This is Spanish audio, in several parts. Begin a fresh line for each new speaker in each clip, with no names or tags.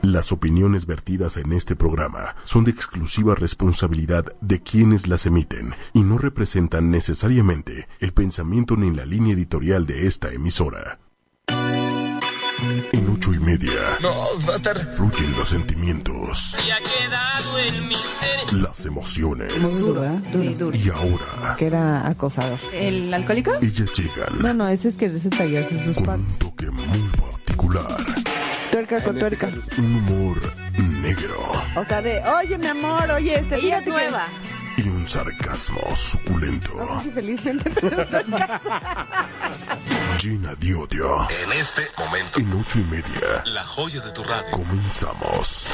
Las opiniones vertidas en este programa son de exclusiva responsabilidad de quienes las emiten y no representan necesariamente el pensamiento ni la línea editorial de esta emisora. En ocho y media
No, va a estar.
fluyen los sentimientos,
Y ha quedado en mi ser.
las emociones.
Muy duro, ¿eh?
Sí, duro.
Y ahora,
Que era acosador.
¿El alcohólico?
ellas
No,
llegan
no, ese es quererse tallarse sus
con
patas.
un toque muy particular,
Tuerca con tuerca.
un humor negro
O sea, de, oye, mi amor, oye, este,
Ella
fíjate
es
que...
nueva.
y un sarcasmo suculento.
Sí, felizmente, pero estoy casada.
Gina Diodio,
En este momento,
en ocho y media,
la joya de tu radio.
comenzamos.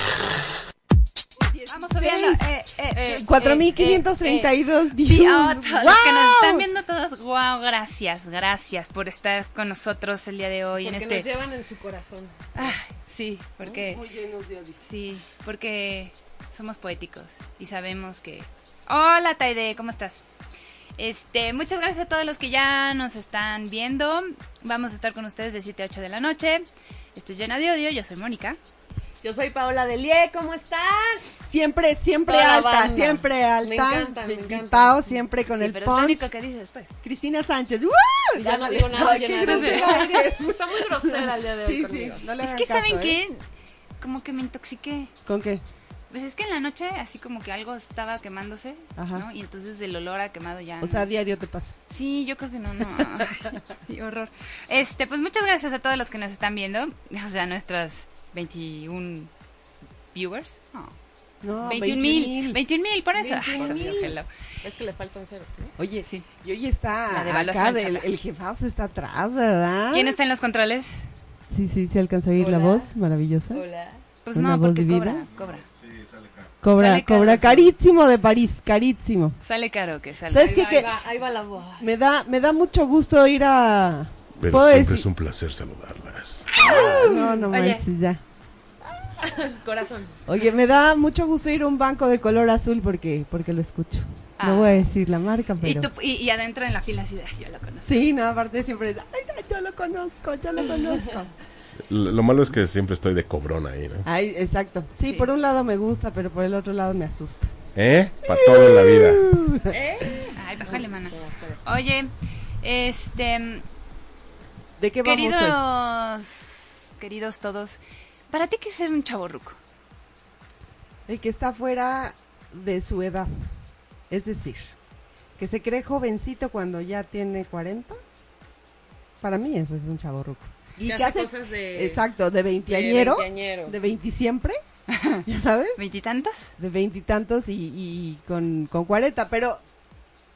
Vamos subiendo. Eh, eh, eh,
4,532
eh, eh,
views.
vi- oh, to- Los que nos
¡Wow!
están viendo todos, wow, gracias, gracias por estar con nosotros el día de hoy
Porque
en
nos
este.
llevan en su corazón.
Ah, sí, porque
Muy llenos de odio.
sí, porque somos poéticos y sabemos que. Hola Taide, ¿cómo estás? Este, muchas gracias a todos los que ya nos están viendo. Vamos a estar con ustedes de 7 a 8 de la noche. Esto es llena de odio, yo soy Mónica.
Yo soy Paola Delie, ¿cómo estás?
Siempre, siempre
Toda la
alta,
banda.
siempre
Me
alta.
encantan, me
Y
encantan.
Pao siempre con
Sí,
el
pero es lo
punch.
único que dices pues. después.
Cristina Sánchez. ¡Woo!
Ya no
Ándale.
digo nada,
Ay, qué
ya nada.
grosera eres.
Está muy grosera el día de hoy
Sí, sí.
conmigo.
no le
Es
hagan
que
caso,
saben
¿eh?
qué, como que me intoxiqué.
¿Con qué?
Pues es que en la noche así como que algo estaba quemándose,
Ajá.
¿no? Y entonces el olor a quemado ya.
O
no.
sea, a diario te pasa.
sí, yo creo que no, no. sí, horror. Este, pues muchas gracias a todos los que nos están viendo, o sea, nuestros 21 viewers. No,
No,
21 mil, 21 mil, por eso.
21,000.
Ay, Dios, hello.
Es que le faltan ceros, ¿no?
Oye,
Sí.
y hoy está
La devaluación,
acá, del-
chata.
el jefazo está atrás, ¿verdad?
¿Quién está en los controles?
Sí, sí, se alcanzó a oír la
Hola.
voz, maravillosa.
Hola.
Pues
¿Una
no,
voz
porque
divina?
cobra, cobra.
Cobra,
Sale caro,
cobra,
sí.
carísimo de París, carísimo.
Sale caro que sale.
¿Sabes qué?
ahí,
Que
va, ahí va la voz.
me da, me da mucho gusto ir a...
Pero
Puedo
siempre
decir-
es un placer saludarlas.
No, no
Oye.
manches, ya.
Corazón.
Oye, me da mucho gusto ir a un banco de color azul porque, porque lo escucho.
Ah.
No voy a decir la marca,
Y,
pero...
tú, y, y adentro en la fila así de, "Ay, yo lo conozco.
Sí, no, aparte siempre es, "Ay, ay, yo lo conozco, yo lo conozco.
Lo, lo malo es que siempre estoy de cobrón ahí, ¿no?
Ay, exacto. Sí,
Sí.
por un lado me gusta, pero por el otro lado me asusta.
¿Eh? Para todo en la vida.
Ay, bájale, mana. Oye, este, mm,
¿De qué vamos hoy?
queridos, queridos todos, ¿para ti qué es ser un chaborruco?
El que está fuera de su edad. Es decir, que se cree jovencito cuando ya tiene 40. Para mí eso es un chavo ruco.
Que hace cosas de-
Exacto, de veinteañero.
De veinteañero.
De veintisiempre, ya sabes.
¿Veintitantos?
De veintitantos y, y con, con 40. Pero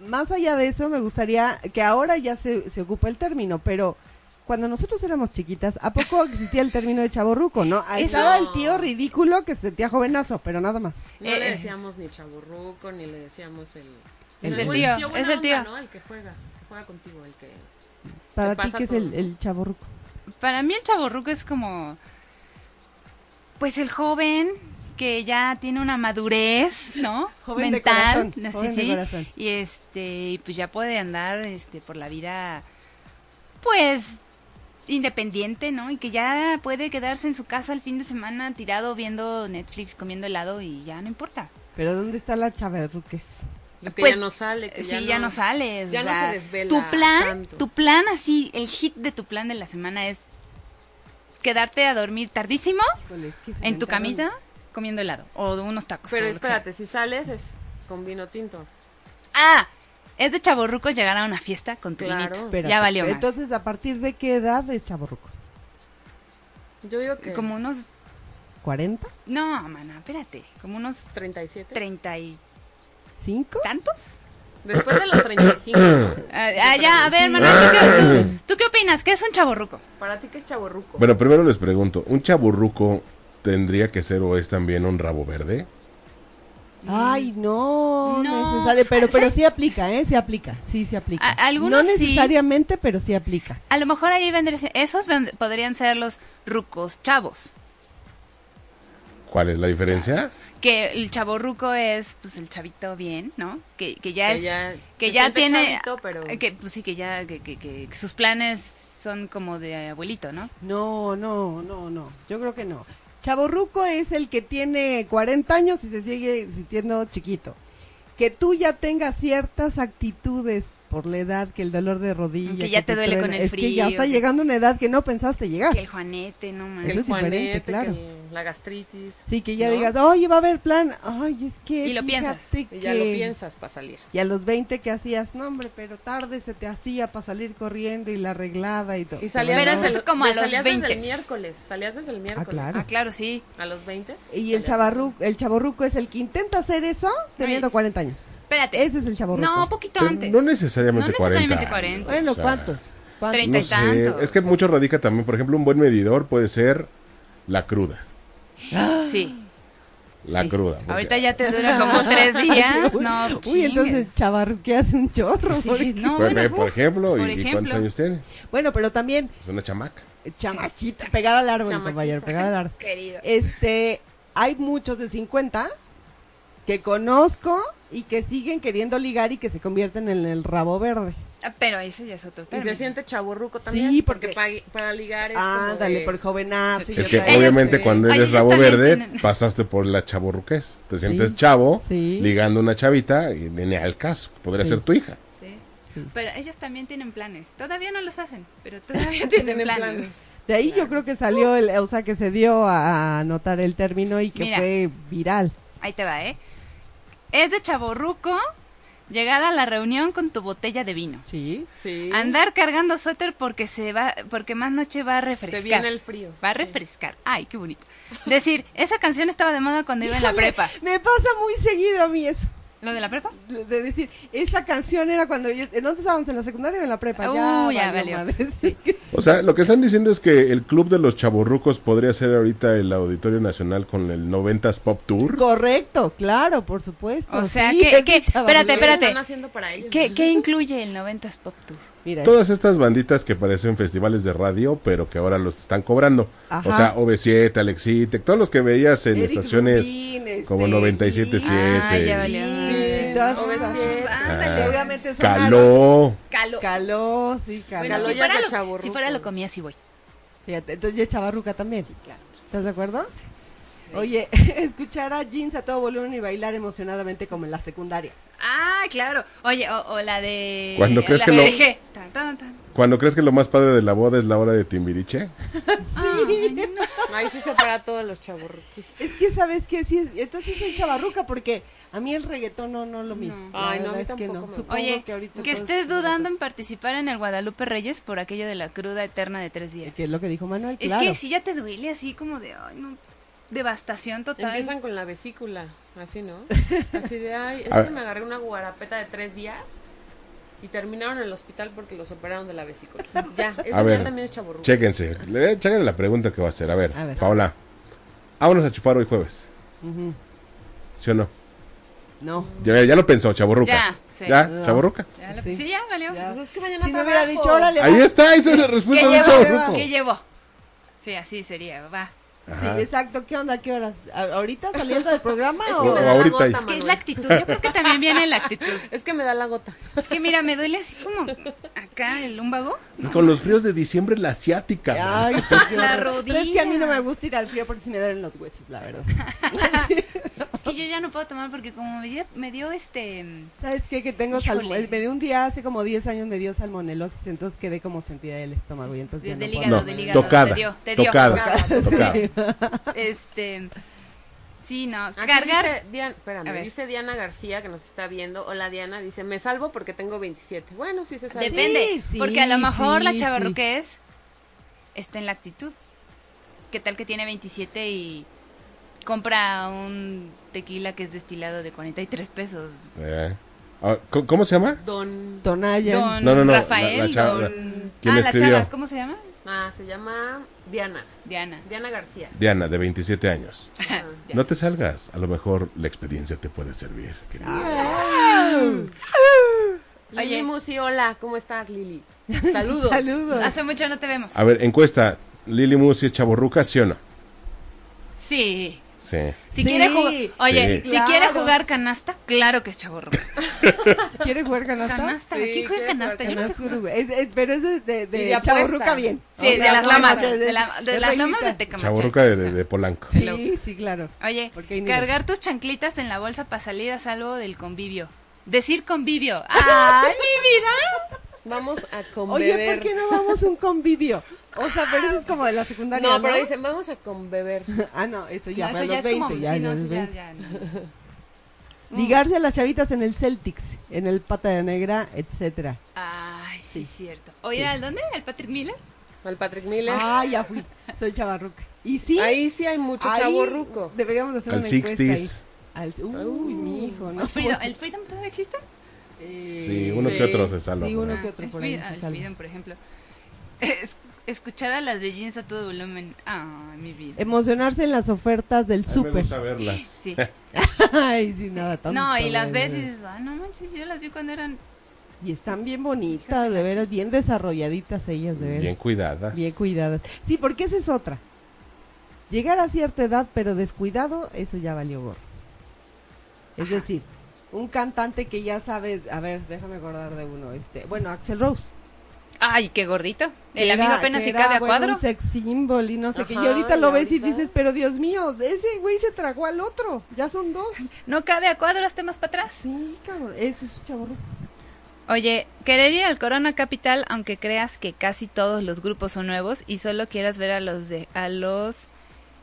más allá de eso, me gustaría que ahora ya se, se ocupa el término, pero... Cuando nosotros éramos chiquitas, ¿a poco existía el término de chaborruco, no? Ahí
Eso-
Estaba el tío ridículo que se sentía jovenazo, pero nada más.
No
Eh,
le
eh.
decíamos ni chaburruco, ni le decíamos el...
Es
No,
el
buena
tío,
buena
es el
onda,
tío.
¿no? El que juega, que juega contigo, el que...
Para
Te
ti,
pasa
¿qué es
todo.
el, el chaborruco?
Para mí el chaborruco es como, pues el joven que ya tiene una madurez, ¿no?
Joven de
Mental,
corazón,
no sé,
joven de
sí.
corazón.
Y este, y pues ya puede andar, este, por la vida, pues independiente, ¿no? Y que ya puede quedarse en su casa el fin de semana tirado viendo Netflix, comiendo helado y ya no importa.
Pero ¿dónde está la chaverruques?
el que
Pues,
ya no sale. Que
sí, ya no, sales.
ya
o
no
sea,
se desvela
Tu plan,
tanto.
tu plan así, el hit de tu plan de la semana es quedarte a dormir tardísimo en tu camita comiendo helado o de unos tacos.
Pero
o lo que sea.
espérate, si sales es con vino tinto.
Ah, es de chaborruco llegar a una fiesta con tu
Claro.
vinito.
Espérate,
Ya valió. madre.
Entonces, ¿a partir de qué edad es chaborruco?
Yo digo que...
como unos,
¿40?
no, mana, espérate, como unos
37.
treinta y
¿5?
tantos.
Después de los 35. ¿no?
Ah, ah, ya, a ver, mana, ¿tú qué, tú- tú qué opinas? ¿Qué es un chaborruco?
Para ti, ¿qué es chaborruco?
Bueno, primero les pregunto, ¿un chaburruco tendría que ser o es también un rabo verde?
Ay, no,
No.
necesario. Pero,
Ah,
pero
¿sabes?
sí aplica, ¿eh? Sí aplica, sí, sí aplica.
A- algunos
no
sí.
necesariamente, pero sí aplica.
A lo mejor ahí vendría, esos vend- podrían ser los rucos chavos.
¿Cuál es la diferencia?
que el chaborruco es pues el chavito bien, ¿no? Que, que ya
Que
es
ya
que
se
ya
siente
tiene
chavito, pero-
que pues sí que ya que, que- que sus planes son como de abuelito, ¿no?
No, no, no, no. Yo creo que no. Chaborruco es el que tiene 40 años y se sigue sintiendo chiquito. Que tú ya tengas ciertas actitudes por la edad, que el dolor de rodilla.
Que ya te duele con el
es que ya
frío,
está
que-
llegando una edad que no pensaste llegar.
Que el Juanete, no
Eso
manches.
es diferente,
que
claro.
el- la gastritis.
Sí, que ya
¿no?
digas, oye, va a haber plan. Ay, es que.
Y lo piensas.
fíjate
Y ya
que-
lo piensas para salir.
Y a los 20 que hacías, no, hombre, pero tarde se te hacía para salir corriendo y la arreglada y todo.
Y salías
Pero
desde
eso es
el-
como a los
salías
20.
desde el miércoles. Salías desde el miércoles.
claro.
Ah, claro, sí.
A los 20.
Y el chavarru- el chaborruco es el que intenta hacer eso teniendo
Ay.
40 años.
Espérate.
Ese es el chaborruco.
No, poquito
Pero
antes.
Eh, No necesariamente
No
40.
necesariamente
años,
40.
Bueno,
o sea,
¿cuántos? ¿Cuántos?
Treinta
No
y
sé.
tantos.
Es que mucho radica también. Por ejemplo, un buen medidor puede ser la cruda.
Sí.
Ah,
La
sí.
cruda. porque-
Ahorita ya te dura como tres días. No,
Uy,
chingues.
entonces chavarruqueas un chorro.
Sí,
porque-
no,
Por,
bueno,
por
uf.
ejemplo,
Por
¿y- ¿y cuántos
ejemplo.
años tienes?
Bueno, pero también
Es una chamaca.
chamaquita, pegada al árbol,
Chamaquita.
compañero, pegada al árbol.
Querido.
Este, hay muchos de 50 que conozco y que siguen queriendo ligar y que se convierten en el rabo verde.
Ah, Pero eso ya es otro
Y
término.
se siente chaburruco también.
Sí,
porque,
porque-
pa- para ligar es. como
Ándale,
de-
por jovenazo. y
Es
yo
que
traigo-
obviamente
sí.
cuando
Ay,
eres
yo
rabo
también
verde,
tienen-
pasaste por la chaborruquez. Te sientes chavo,
sí.
ligando una chavita, y viene al caso. Podría
Sí.
ser tu hija.
Sí.
Sí.
Pero ellas también tienen planes. Todavía no los hacen, pero todavía tienen,
Tienen
planes.
planes.
De ahí yo creo que salió, el, o sea, que se dio a anotar el término y que
Mira.
fue viral.
Ahí te va, ¿eh? Es de chaborruco llegar a la reunión con tu botella de vino.
Sí.
Sí.
Andar cargando suéter porque se va porque más noche va a refrescar.
Se viene el frío.
Va a refrescar. Ay, qué bonito. Decir, esa canción estaba de moda cuando iba en la
Híjole,
prepa.
Me pasa muy seguido a mí eso.
¿Lo de la prepa?
De de decir, esa canción era cuando yo, ¿en dónde estábamos? ¿En la secundaria o en la prepa?
Uh, ya valió.
madre.
Sí.
O sea, lo que están diciendo es que el club de los chaborrucos podría ser ahorita el Auditorio Nacional con el 90s Pop Tour.
Correcto, claro, por supuesto.
O sea,
sí,
que-
es
que-
un chaval.
espérate,
Ellos
espérate.
están haciendo para ellos.
¿Qué, qué incluye el 90s Pop Tour?
Mira,
Todas estas banditas que parecen festivales de radio, pero que ahora los están cobrando.
Ajá.
O sea, OV7, Alexitec, todos los que veías en
Eric
estaciones
Rubin, este,
como
Ah, ya
97.7,
valió.
Sí, sí, todas
OV7.
esas.
Ándale,
obviamente son
Ah, Caló.
Caló.
Caló, sí, caló.
Bueno, si
Caló ya
fuera,
de
lo,
chavorruco.
si fuera lo comía, sí voy.
Fíjate, entonces ya es chavarruca también. ¿Estás de acuerdo? Oye, escuchar a jeans a todo volumen y bailar emocionadamente como en la secundaria.
Ah, claro. Oye, o, o la de.
Cuando crees
la
que lo-
de- Tan, tan, tan.
Cuando crees que lo más padre de la boda es la hora de Timbiriche.
Ay, no.
Ahí sí se para todos los chaburruquis.
Es que, ¿sabes qué? Sí, es- entonces soy chavarruca porque a mí el reggaetón no, no lo mismo. La
Ay, no, a
verdad
mí
es que
tampoco
no.
me-
Supongo
Oye, que,
ahorita todo
estés
es-
dudando en participar en el Guadalupe Reyes por aquello de la cruda eterna de tres días.
Que es lo que dijo Manuel,
Es
claro.
que si ya te duele así como de, ay, no, devastación total.
Empiezan con la vesícula, así, ¿no? Así de, ay, es
A
que
ver.
me agarré una guarapeta de tres días y terminaron en el hospital porque los operaron de la vesícula. Ya, eso
A
ya
ver,
también es chaburruco.
chéquense. Le- Chéquense la pregunta que va a hacer. A ver,
A ver.
Paola, vámonos a chupar hoy jueves.
Ujú.
¿Sí o no?
No.
Ya, ya lo pensó, chaborruca.
Ya, sí.
¿Ya? ¿Chaborruca?
Ya lo-
Sí.
sí. ya valió.
Ya.
Pues es que mañana
Si me
trabajo.
hubiera dicho, órale,
Ahí
va.
está, esa es la
¿Qué
respuesta
llevó?
del
¿Qué
chaborruco.
llevó? Sí, así sería, va.
Ajá.
Sí, exacto. ¿Qué onda? ¿Qué horas? ¿A- ¿Ahorita saliendo del programa
Es que
o...?
me da la
ahorita
gota,
es-
Es que es
Manuel.
la actitud, yo creo que también viene la actitud.
Es que me da la gota.
Es que mira, me duele así como acá el lumbago.
Con los fríos de diciembre, la asiática. man.
Ay, sí, qué
La
horror. Pero es que a mí no me
rodilla.
gusta ir al frío porque si me duelen los huesos, la verdad.
Es que yo ya no puedo tomar porque como me dio, me dio este...
¿Sabes qué? Que tengo
Híjole.
salmo- Me dio un día hace como 10 años, me dio salmonelosis, entonces quedé como sentida del estómago y entonces ya
Del
no puedo.
hígado,
No,
del hígado.
tocada,
Te dio, te dio.
tocada,
tocada.
tocada.
Este... Sí, no,
Aquí
cargar...
Dice Diana, espérame,
A ver.
dice Diana García que nos está viendo. Hola Diana, dice, me salvo porque tengo 27. Bueno, sí se salva.
Depende,
Sí,
porque a lo
sí,
mejor la
sí, sí.
chava que es está en la actitud. ¿Qué tal que tiene 27 y compra un tequila que es destilado de 43 pesos?
Eh. Ah, ¿cómo- ¿Cómo se llama?
Don...
Tonaya.
Don
No, no, no,
Rafael,
la- la chava-
don-
¿quién
ah, la
escribió?
chava, ¿cómo se llama?
Ah, se llama Diana.
Diana.
Diana García.
Diana, de 27 años. No te salgas, a lo mejor la experiencia te puede servir. querida.
Oye.
Lili Musi, hola, ¿cómo estás Lili? Saludos.
Saludos.
Hace mucho
Ah.
no te vemos.
A ver, encuesta. Lili Musi es chaborruca, ¿sí o no?
Sí,
Sí.
Si
Sí,
quiere jugar, oye,
sí.
si quiere
Claro.
jugar canasta, claro que es chaborruco.
¿Quiere jugar canasta?
Canasta,
Sí,
¿quién juega
quiere jugar
canasta? Yo no sé
Canasta
jugar.
uruguaya. Es- es- pero es de, de, de
Y de apuesta.
chavorruca bien.
Sí,
O
de
sea,
las
apuesta,
lamas,
de-
de, la- de
de
las
reglita.
lamas de Tecamachalco.
Chaborruca de,
o
de,
sea.
de Polanco.
Sí, sí, claro.
Oye,
Porque hay niveles.
cargar tus chanclitas en la bolsa para salir a salvo del convivio. Decir convivio. Ah, ¡Ay, mi vida!
Vamos a conbeber.
Oye, ¿por qué no vamos a un convivio? O sea, pero eso es como de la secundaria, ¿no?
No, pero dicen, vamos a conbeber.
Ah, no, eso ya,
No,
para
eso
los
ya es
20.
como.
ya,
sí,
ya,
no,
los
eso ya,
20.
ya, no.
Ligarse a las chavitas en el Celtics, en el Pata de Negra, etcétera.
Ay, sí, es cierto. Oye, ¿al dónde? ¿Al Patrick Miller?
Al Patrick Miller.
Ah, ya fui. Soy chavarruca. Y sí,
Ahí sí hay mucho
ahí
chavo ruco.
Deberíamos hacer
Al
una encuesta
60s.
ahí. Al- uy, mi hijo, ¿no?
¿El Freedom, ¿El Freedom todavía existe? Ah,
Eh,
Sí, uno
Sí.
que otro se salva.
Sí,
por
uno
ahí.
que otro
el
por ahí
Freedom,
se
el
salva.
Freedom, por ejemplo. Es- escuchar a las de jeans a todo volumen. Ay, mi
Eh,
vida.
Emocionarse en las ofertas del
A mí me
súper.
gusta verlas.
Sí.
Ay, sí, nada, tanto. eh,
No, y las
¿verdad?
ves y dices, ah, no manches, yo las vi cuando eran
Y están bien bonitas, de veras, bien desarrolladitas ellas, de veras.
Bien
Bien,
cuidadas.
cuidadas. Sí, porque esa es otra. Llegar a cierta edad, pero descuidado, eso ya valió gorro. Es decir, un cantante que ya sabes, a ver, déjame acordar de uno, este, bueno, Axel Rose.
Ay, qué gordito. El
que
amigo
era-
apenas
que
si cabe
era,
a
bueno,
cuadro.
un sex symbol y no sé qué. Y
Ajá,
ahorita lo
y
ves
ahorita-
y dices, pero Dios mío, ese güey se tragó al otro. Ya son dos.
No cabe a cuadro, hasta más para atrás.
Sí, cabrón. Eso es un chaborruco.
Oye, querer ir al Corona Capital aunque creas que casi todos los grupos son nuevos y solo quieras ver a los de a los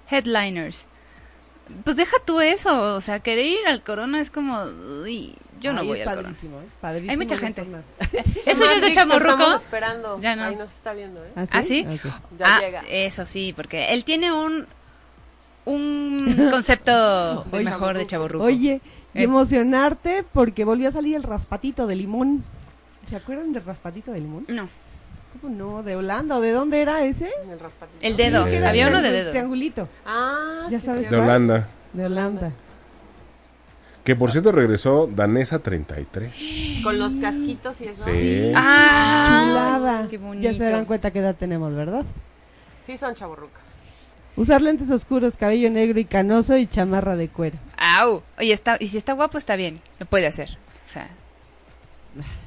headliners. Pues deja tú eso, o sea, querer ir al Corona es como uy, yo no
Ay,
voy
es
al Corona.
padrísimo, ¿eh? Padrísimo
Hay mucha
la
gente.
forma. ¿Ah,
Eso ya es de
este
Matrix, lo
chamorruco.
Estamos esperando.
Ya no.
Ahí nos está viendo, ¿eh?
¿Ah, sí?
Ok.
Ya
Ah,
llega.
eso sí, porque él tiene un un concepto
Oye,
mejor de chaborruco.
Oye, y
Eh.
emocionarte porque volvió a salir el raspatito de limón. ¿Se acuerdan del raspatito de limón?
no, Mm.
¿Cómo no? ¿De Holanda o de dónde era ese?
En el raspatito.
el dedo,
Sí.
había uno de
El
dedo.
Triangulito.
Ah,
Ya
sí,
sabes.
sí.
De Holanda.
De Holanda.
Que por cierto regresó Danesa 33.
Con los casquitos y eso.
Sí.
Ah,
Chulada.
qué bonito.
Ya se darán cuenta qué edad tenemos, ¿verdad?
Sí, son chavorrucas.
Usar lentes oscuros, cabello negro y canoso y chamarra de cuero.
Au. Oye, está, y si está guapo, está bien. Lo puede hacer. O sea,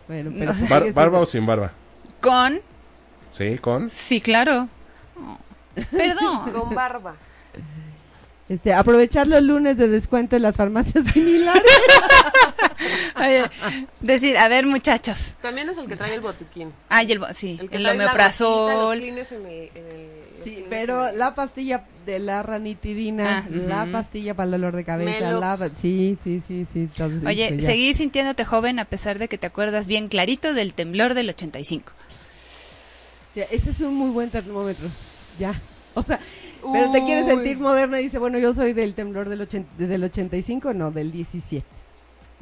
Bueno, pero
O sea,
Bar-
sigue
¿Barba o
siendo-
sin barba?
con.
Sí, con.
Sí, claro. Oh, Perdón.
Con barba.
este, aprovechar los lunes de descuento en las farmacias similares.
Oye, decir, a ver, muchachos.
También es el que trae el botiquín.
Ay, el, bo- sí,
El que
el
trae la rosita, Los
omeprazol.
clines en el- en el- los
Sí,
clines en
pero
el-
la pastilla de la ranitidina,
Este, Ah,
la
ujú.
pastilla para el dolor de cabeza,
Melox.
la... Sí, sí, sí, sí. entonces,
Oye,
hijo, ya.
seguir sintiéndote joven a pesar de que te acuerdas bien clarito del temblor del 85.
Ya, Ese es un muy buen termómetro, ya. O sea, pero te quieres
Uy.
sentir moderna y dice, bueno, yo soy del temblor del, ochen- del 85, no, del 17.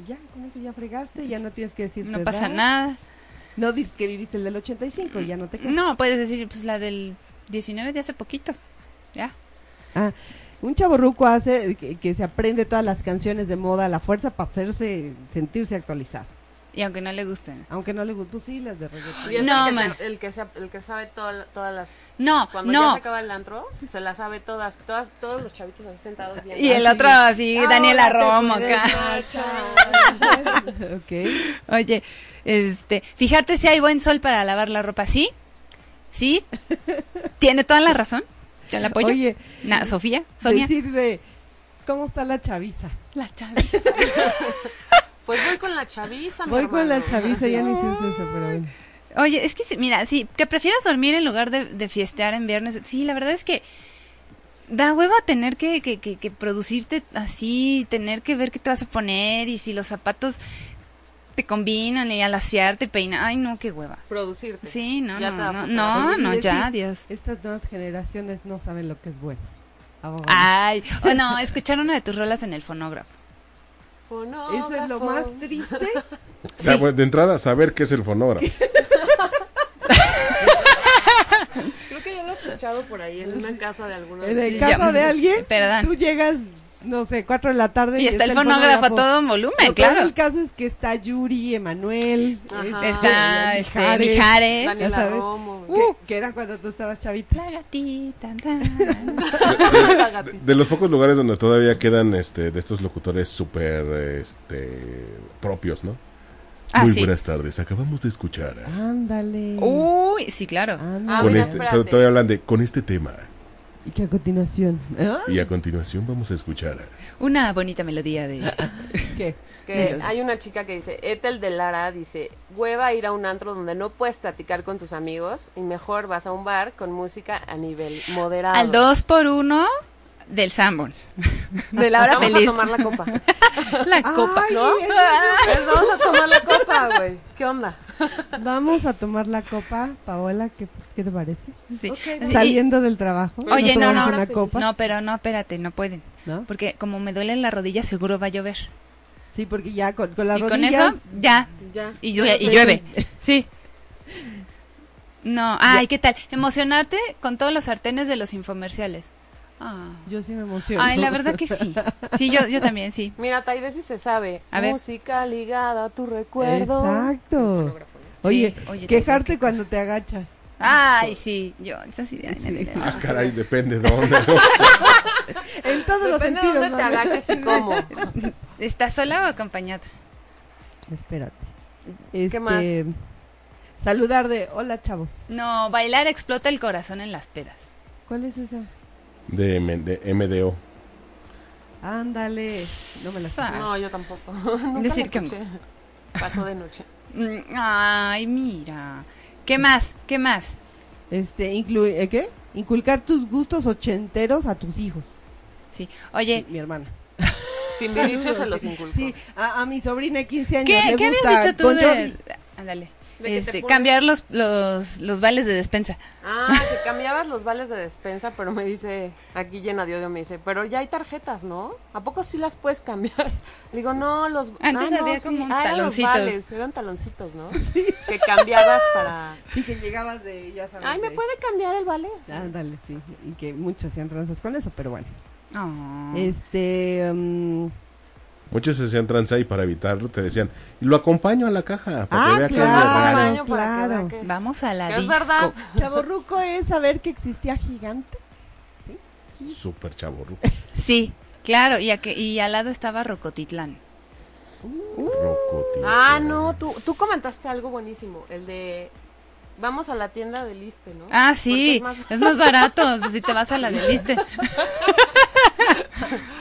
Y ya, con eso ya fregaste, ya no tienes que decir tu
No pasa
edad.
nada.
No dices que viviste el del 85, ya no te crees.
No, puedes decir, pues la del 19 de hace poquito. Ya.
Ah, un chaborruco hace que, que se aprende todas las canciones de moda a la fuerza para hacerse sentirse actualizado.
Y aunque no le gusten.
Aunque no le gustó, sí, las de reggaetón.
Y es
No,
el, que
man.
se- el que se- el que sabe toda- todas las...
No,
Cuando ya
no.
se acaba el antro, se las sabe todas, todas todos los chavitos así sentados viendo.
Y el otro así,
Ah,
Daniela Romo acá.
ok.
Oye, este, fijarte si hay buen sol para lavar la ropa, ¿sí? ¿Sí? Tiene toda la razón. Yo la apoyo.
Oye,
Na- Sofía, Sonia.
decir de cómo está la chaviza.
La Chavi.
Pues voy con la chaviza, mi
Voy con la
hermano.
chaviza, ya ni se usa eso, pero bueno.
Oye, es que, sí, mira, sí, que prefieras dormir en lugar de, de fiestear en viernes. Sí, la verdad es que da hueva tener que, que, que, que producirte así, tener que ver qué te vas a poner y si los zapatos te combinan y al asearte, peinar. Ay, no, qué hueva.
Producirte.
Sí, no,
Ya
no,
te va
no,
a
no,
Producir,
no,
es
ya,
decir,
Dios.
Estas nuevas generaciones no saben lo que es bueno. Abogados.
Ay, o no, escuchar una de tus rolas en el fonógrafo.
Eso es lo más
Fonógrafo.
triste.
O sea,
Sí.
pues, de entrada, saber qué es el fonógrafo.
Creo que yo lo he escuchado por ahí en una casa de alguna
En
vez.
el caso de alguien,
Perdón.
Eh, tú llegas no sé, 4 de la tarde.
Y está el fonógrafo a todo volumen,
Lo peor
claro.
del caso es que está Yuri, Emanuel,
Ajá.
Está
este,
este, Mijares.
Dani-
Daniela
sabes.
Romo.
que-
Uh.
que, era cuando tú estabas chavita.
La gatita. tan.
La gatita.
De los pocos lugares donde todavía quedan este, de estos locutores súper este, propios, ¿no?
Ah,
Muy
sí.
buenas tardes, acabamos de escuchar. a-
Ándale.
Uy, sí, claro.
ándale.
Ah,
con
mira,
este,
espérate.
todavía hablan de con este tema.
Y que a continuación. ¿Ah?
Y a continuación vamos a escuchar. a-
Una bonita melodía de...
¿Qué?
Que
Dilos.
hay una chica que dice, Ethel de Lara dice, hueva ir a un antro donde no puedes platicar con tus amigos y mejor vas a un bar con música a nivel moderado.
Al 2 por 1 del Sanborns. De la hora
Vamos
feliz.
a tomar la copa.
La copa.
Ay,
¿No?
eso.
Pues vamos a tomar la copa, güey. ¿Qué onda?
Vamos a tomar la copa, Paola, ¿qué, qué te parece?
Sí. Sí.
Saliendo del trabajo.
Oye,
¿Nos
no,
tomamos
no.
una copa?
No, pero no, espérate, no pueden.
¿No?
Porque como me duele la rodilla, seguro va a llover.
Sí, porque ya con, con las
y con
rodillas.
eso, ya.
Ya.
Y, llue- y llueve. Sí. No, ay, ¿qué tal? Emocionarte con todos los sartenes de los infomerciales. Ah.
Yo sí me emociono.
Ay, la verdad que sí. Sí, yo, yo también, sí.
Mira, Taide sí se sabe.
A ver.
música ligada a tu recuerdo.
Exacto. Oye,
Sí, oye,
quejarte cuando te agachas.
Ay, sí. Yo, esa sí, ay, ay, ay.
Ah, caray, depende de dónde. ¿no?
En todos los
Depende de
sentidos.
dónde te
mami.
agaches y cómo.
¿Estás sola o acompañada?
Espérate. Este,
más?
Saludar de hola, chavos.
No, bailar explota el corazón en las pedas.
¿Cuál es esa?
De, M- de MDO.
Ándale. No me la sé.
Sas.
No, yo tampoco. Nunca
Decir
la
que-
escuché. Pasó de noche.
Mm, Ay, mira. ¿Qué más? ¿Qué más?
Este, inclu- eh, ¿qué? Inculcar tus gustos ochenteros a tus hijos.
Sí. Oye,
Mi hermana.
Timbiriche se los inculcó.
Sí, a, a mi sobrina de 15 años.
¿qué,
le
¿qué
gusta
habías dicho tú
Bon
de...
Jovi.
Ándale.
De que
Este,
te ponen-
cambiar los, los, los vales de despensa.
Ah, que cambiabas los vales de despensa, pero me dice, aquí llena de odio, me dice, pero ya hay tarjetas, ¿no? ¿A poco sí las puedes cambiar? Le digo, no, los...
Antes
ah, no,
había
sí.
como
Ah, eran los
taloncitos.
vales, eran taloncitos, ¿no? Que cambiabas para...
Sí, que llegabas de, ya sabes.
Ay, ¿me
de-
puede cambiar el vale?
Ándale, sí. sí, Y que muchas hacían tranzas con eso, pero bueno.
Mm.
Ah.
Este. mm,
Muchos se hacían tranza y para evitarlo te decían, lo acompaño a la caja. Para
Ah,
que vea que
claro.
ando raro".
Baño para que
claro.
vea que-
Vamos a la
Es
disco.
verdad.
Chaborruco es saber que existía gigante.
Súper chavo.
Sí, claro. Y, a que- y al lado estaba Rocotitlán.
Ah, no, tú, tú comentaste algo buenísimo, el de... Vamos a la tienda del Iste, ¿no?
Ah, sí.
Porque es más-
Es más barato pues, si te vas a la de Liste.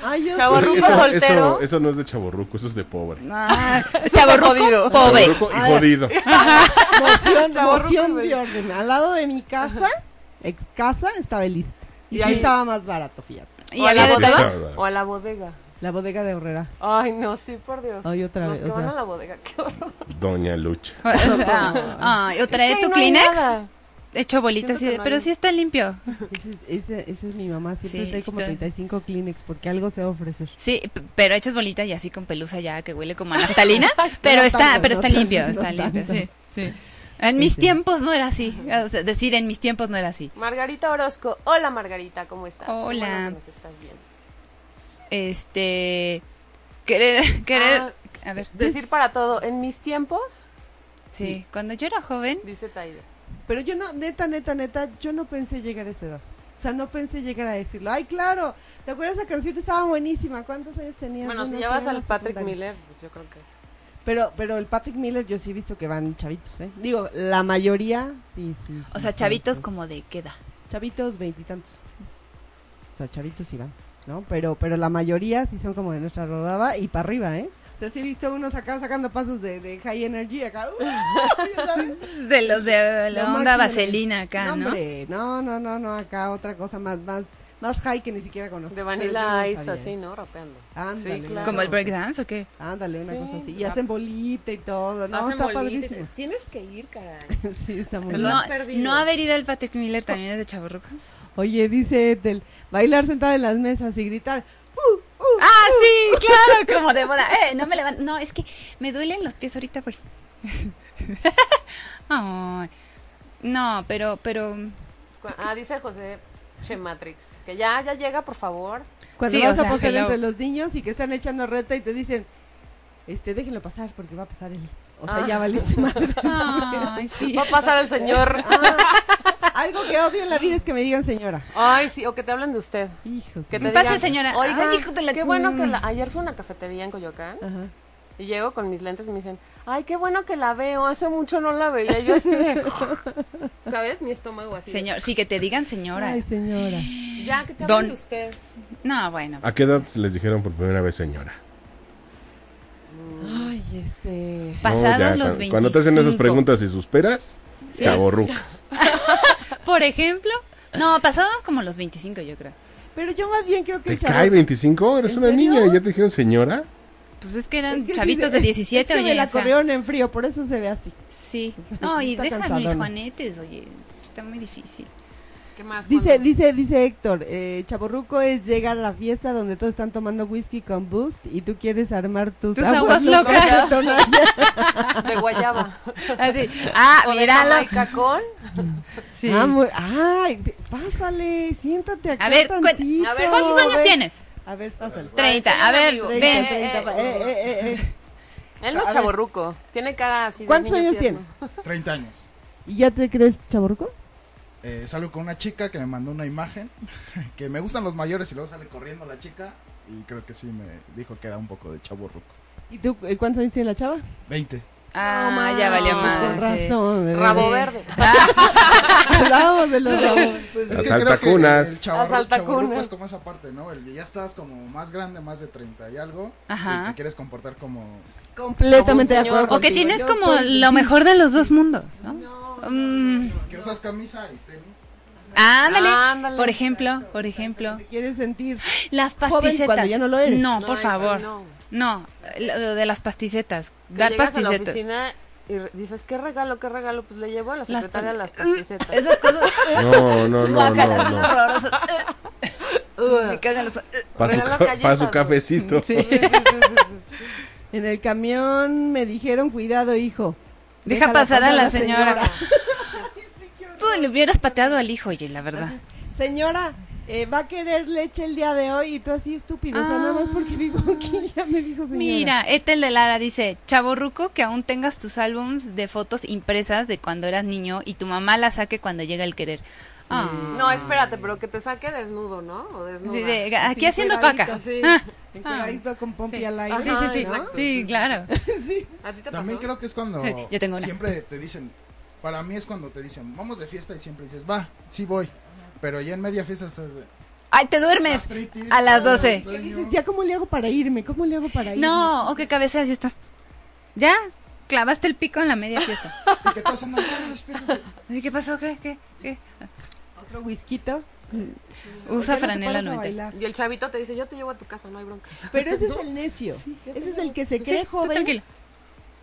Ay, yo
Chavo- Chavorruco
eso,
soltero.
Eso, eso no es de chaborruco, eso es de pobre.
Ah, chavorruco
jodido.
pobre.
Chavorruco y jodido.
sí, moción,
Chavorruco,
moción
güey.
de orden. Al lado de mi casa, ex casa, estaba el list. Y,
Y
sí
ahí-
estaba más barato, fíjate.
Y
o a
había
la
de todo.
botella.
bodega. O a la bodega.
La bodega de Herrera.
Ay, no, sí, por Dios.
Ay, otra
Los
vez,
que
o
van
sea.
a la bodega, qué horror.
Doña Lucha.
O sea, ah, ay, o
¿Eh,
trae
Es que
tu
ahí no hay
Kleenex
nada.
hecho bolitas
Siento
así
que
de,
no hay-
pero sí está limpio.
Ese, ese- ese es mi mamá. Siempre
Sí,
trae como
está-
35 Kleenex porque algo se va a ofrecer.
Sí, p- pero hechas bolitas y así con pelusa ya que huele como a naftalina, pero
No
está,
tanto,
pero
no
está
tanto,
limpio,
no
está limpio,
tanto.
sí, sí. En mis
sí.
tiempos no era así, o sea, decir en mis tiempos no era así.
Margarita Orozco. Hola, Margarita, ¿cómo estás? Qué bueno
Hola.
que nos estás viendo.
Este querer
Ah,
querer a ver,
Decir para todo, en mis tiempos,
sí, cuando yo era joven,
dice Taide.
Pero yo no, neta, neta, neta, yo no pensé llegar a esa edad. O sea, no pensé llegar a decirlo. Ay, claro, ¿te acuerdas? Esa canción estaba buenísima. ¿Cuántos años tenías?
Bueno, si
sí,
llevas
era
al
la
Patrick
secundaria.
Miller, pues yo creo que.
Pero, pero el Patrick Miller yo sí he visto que van chavitos, ¿eh? Digo, la mayoría, sí, sí.
o
sí,
sea,
sí,
chavitos
sí.
como de queda.
Chavitos veintitantos. O sea, chavitos sí van, ¿no? Pero, pero la mayoría sí son como de nuestra rodada y para arriba, ¿eh? O sea, sí he visto unos acá sacando pasos de, de high energy acá. ¡uh! ¿Ya sabes?
De los de la
Lo máximo.
onda vaselina acá, ¿no?
Hombre, no, no, no, no, acá otra cosa más, más, más high que ni siquiera conozco.
De
Pues pero yo no
Vanilla Ice,
sabía.
así, ¿no? Rapeando.
Ándale.
sí, claro.
Como el breakdance o qué?
Ándale, una
Sí,
cosa así. Y
rap.
hacen bolita y todo. No,
Hacen
está
bolita.
padrísimo.
Tienes que ir, caray.
sí, está muy
Te lo
bien.
No,
has perdido.
no haber ido al Patrick Miller también es de chavorrucos.
Oye, dice Ethel, bailar sentada en las mesas y gritar. ¡Uh, uh!
Ah, sí, claro, como de boda. Eh, no me levanto. No, es que me duelen los pies ahorita, güey. Ay. No, pero, pero.
Cu- Ah, dice José Che Matrix. Que ya, ya llega, por favor.
Cuando
Sí,
vas
o
a
sea,
posar
hello.
entre los niños y que están echando reta y te dicen, este, déjenlo pasar porque va a pasar él. O sea,
Ah.
ya valiste madre.
Ay, sí. Ah.
Va a pasar el señor.
Algo que odio en la vida es que me digan señora.
Ay, sí, o que te hablen de usted.
Hijo.
Que
Me
te
pasa,
digan,
señora.
Oiga,
Ay, hijo de la- mm.
qué bueno que la... Ayer fue una cafetería en Coyoacán
Ajá.
y llego con mis lentes y me dicen, ay, qué bueno que la veo, hace mucho no la veía. Yo así de... ¿Sabes? Mi estómago así. de-
Señor, sí, que te digan señora.
Ay, señora.
Ya, que te
Don-
hablen de usted.
No, bueno.
¿A qué edad les dijeron por primera vez señora?
Ay, este.
No,
Pasados
ya,
los
cuando-
25.
Cuando te hacen esas preguntas y susperas, chaborrucas.
Por ejemplo. No, pasados como los 25, yo creo.
Pero yo más bien creo que
¿Te
el chavo-
cae 25? Eres
¿En
una
serio?
niña y ya te dijeron señora.
Pues es que eran
Es que sí,
chavitos de
es-
17,
es que
oye.
me la
o sea,
corrieron en frío, por eso se ve así.
sí. No, y
Está
deja mis
cansadona.
juanetes, oye. Está muy difícil.
¿Qué más?
Dice,
Cuando-
dice, dice Héctor, eh, chaborruco es llegar a la fiesta donde todos están tomando whisky con boost y tú quieres armar tus,
Tus aguas locas.
detonadas.
De guayaba.
Así, Ah,
O de
míralo.
Jamaica con...
Sí.
Ah, muy- ay, pásale, siéntate acá
A ver, cuenta-
tantito,
a ver,
¿Cuántos
ven.
años tienes?
A ver, pásale.
30. A ver,
Treinta,
ven.
amigo.
Treinta, pa- eh, eh, eh, eh.
Él no
A ver.
es chaborruco. Tiene cara así de
¿Cuántos
niño
años
tierno.
tienes?
30 años.
¿Y ya te crees chaborruco?
Eh, salgo con una chica que me mandó una imagen que me gustan los mayores y luego sale corriendo la chica y creo que sí me dijo que era un poco de chavo ruco.
¿Y tú eh, cuántos años tiene la chava?
20.
Ah, ya valió
pues,
más.
Con razón. ¿verdad?
Rabo
Sí.
verde.
Hablábamos de los rabos. pues.
Es que
Asalta
creo que
cunas.
el chavarru-
Asalta
chavorruco
cunas.
es como esa parte, ¿no? El que ya estás como más grande, más de 30 y algo,
Ajá.
y te quieres comportar como
Completamente de
Como un
acuerdo.
señor.
O que
contigo.
tienes
Yo
como
estoy-
lo mejor de los dos mundos, ¿no? Mm,
que usas camisa y tenis.
ándale.
Ándale.
Por ejemplo, por ejemplo.
Te quieres sentir.
Las
Joven
pasticetas.
cuando ya no lo eres.
No,
No,
Ah, por
eso
favor.
no.
No. lo de las pasticetas.
Que
Dar
llegas a la
pasticetas.
oficina y re- dices, ¿qué regalo, qué regalo? Pues le llevo a la
Las Uh,
secretaria las,
pan-
pasticetas.
Esas cosas.
No, no, no, no.
guácala, son
no.
horrorosas. Me cagan los-
Para su,
Pero las
ca-
galletas,
pa' su
¿no?
cafecito.
En el camión me dijeron, cuidado, hijo.
Deja pasar a la señora.
Señora,
Tú le hubieras pateado al hijo, oye, la verdad.
Señora, eh, va a querer leche el día de hoy y tú así estúpido. O sea, nada más porque vivo aquí ya me dijo señora.
Ah. Mira, Ethel de Lara dice, Chavo Ruco, que aún tengas tus álbums de fotos impresas de cuando eras niño y tu mamá las saque cuando llega el querer. Ah.
No, espérate, pero que te saque desnudo, ¿no? O desnuda.
Sí, de, aquí
Sí,
haciendo
pegadito,
caca.
sí.
Ah,
Encueradito con pompi
sí. Ah,
al aire.
Sí,
Ajá,
sí, sí.
exacto.
Sí, claro.
¿A ti te
También
pasó?
creo que es cuando
Yo tengo una.
siempre te dicen, para mí es cuando te dicen, vamos de fiesta y siempre dices, va, sí voy. Pero ya en media fiesta estás de,
Ay, te duermes
gastritis,
a las
todo el
12.
sueño.
Dices, ya, ¿cómo le hago para irme? ¿Cómo le hago para irme?
No, oh, o que cabeceas y estás. Ya, clavaste el pico en la media fiesta.
Y que todos andan, "Ay, despiértate".
Así, ¿Qué pasó? ¿Qué? ¿Qué? ¿Qué?
Otro whisky.
Usa
Ya no te
franela
paras a
90.
bailar.
Y el chavito te dice, yo te llevo a tu casa, no hay bronca.
Pero ese es el necio. ese es el que se
Sí,
cree
tú
joven,
tranquilo.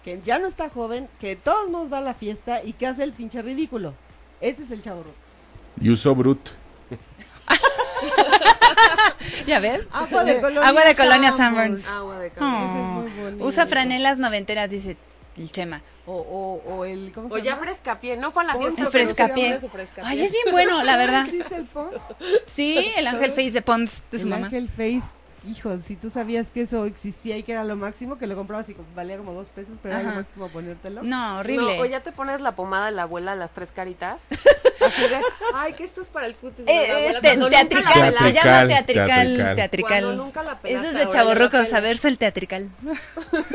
que ya no está joven, que de todos modos va a la fiesta y que hace el pinche ridículo. Ese es el chavo. ruco.
Y usó Brut.
Ya ves.
Ah,
Agua de colonia.
Eh, Agua de colonia Sanborns.
Agua de café.
Oh.
Ese es muy bonito.
Usa franelas noventeras, dice el Chema.
O, o, o el. ¿Cómo se
O ya
llama?
frescapié, no fue a la
Ponte
fiesta.
El
pero sí
frescapié.
habló de su frescapié.
Ay, es bien bueno, la verdad.
¿Sí es el Pons?
Sí, el ángel face de Pons de su
El
mamá.
Ángel Face. Hijo, si tú sabías que eso existía y que era lo máximo, que lo comprabas y co- valía como dos pesos, pero era
Ajá.
lo máximo ponértelo.
No,
No, o
horrible. Eh,
ya te pones la pomada de la abuela las tres caritas. Así de, ay, que esto es para el cutis. de la
Eh,
abuela,
eh, te-
cuando nunca la
teatrical, se
pelaste.
llama
Teatrical,
teatrical,
teatrical.
Cuando
teatrical.
nunca la
Eso es de
pelaste, ahora ya la
chaborruco,
pelas.
saberse el teatrical.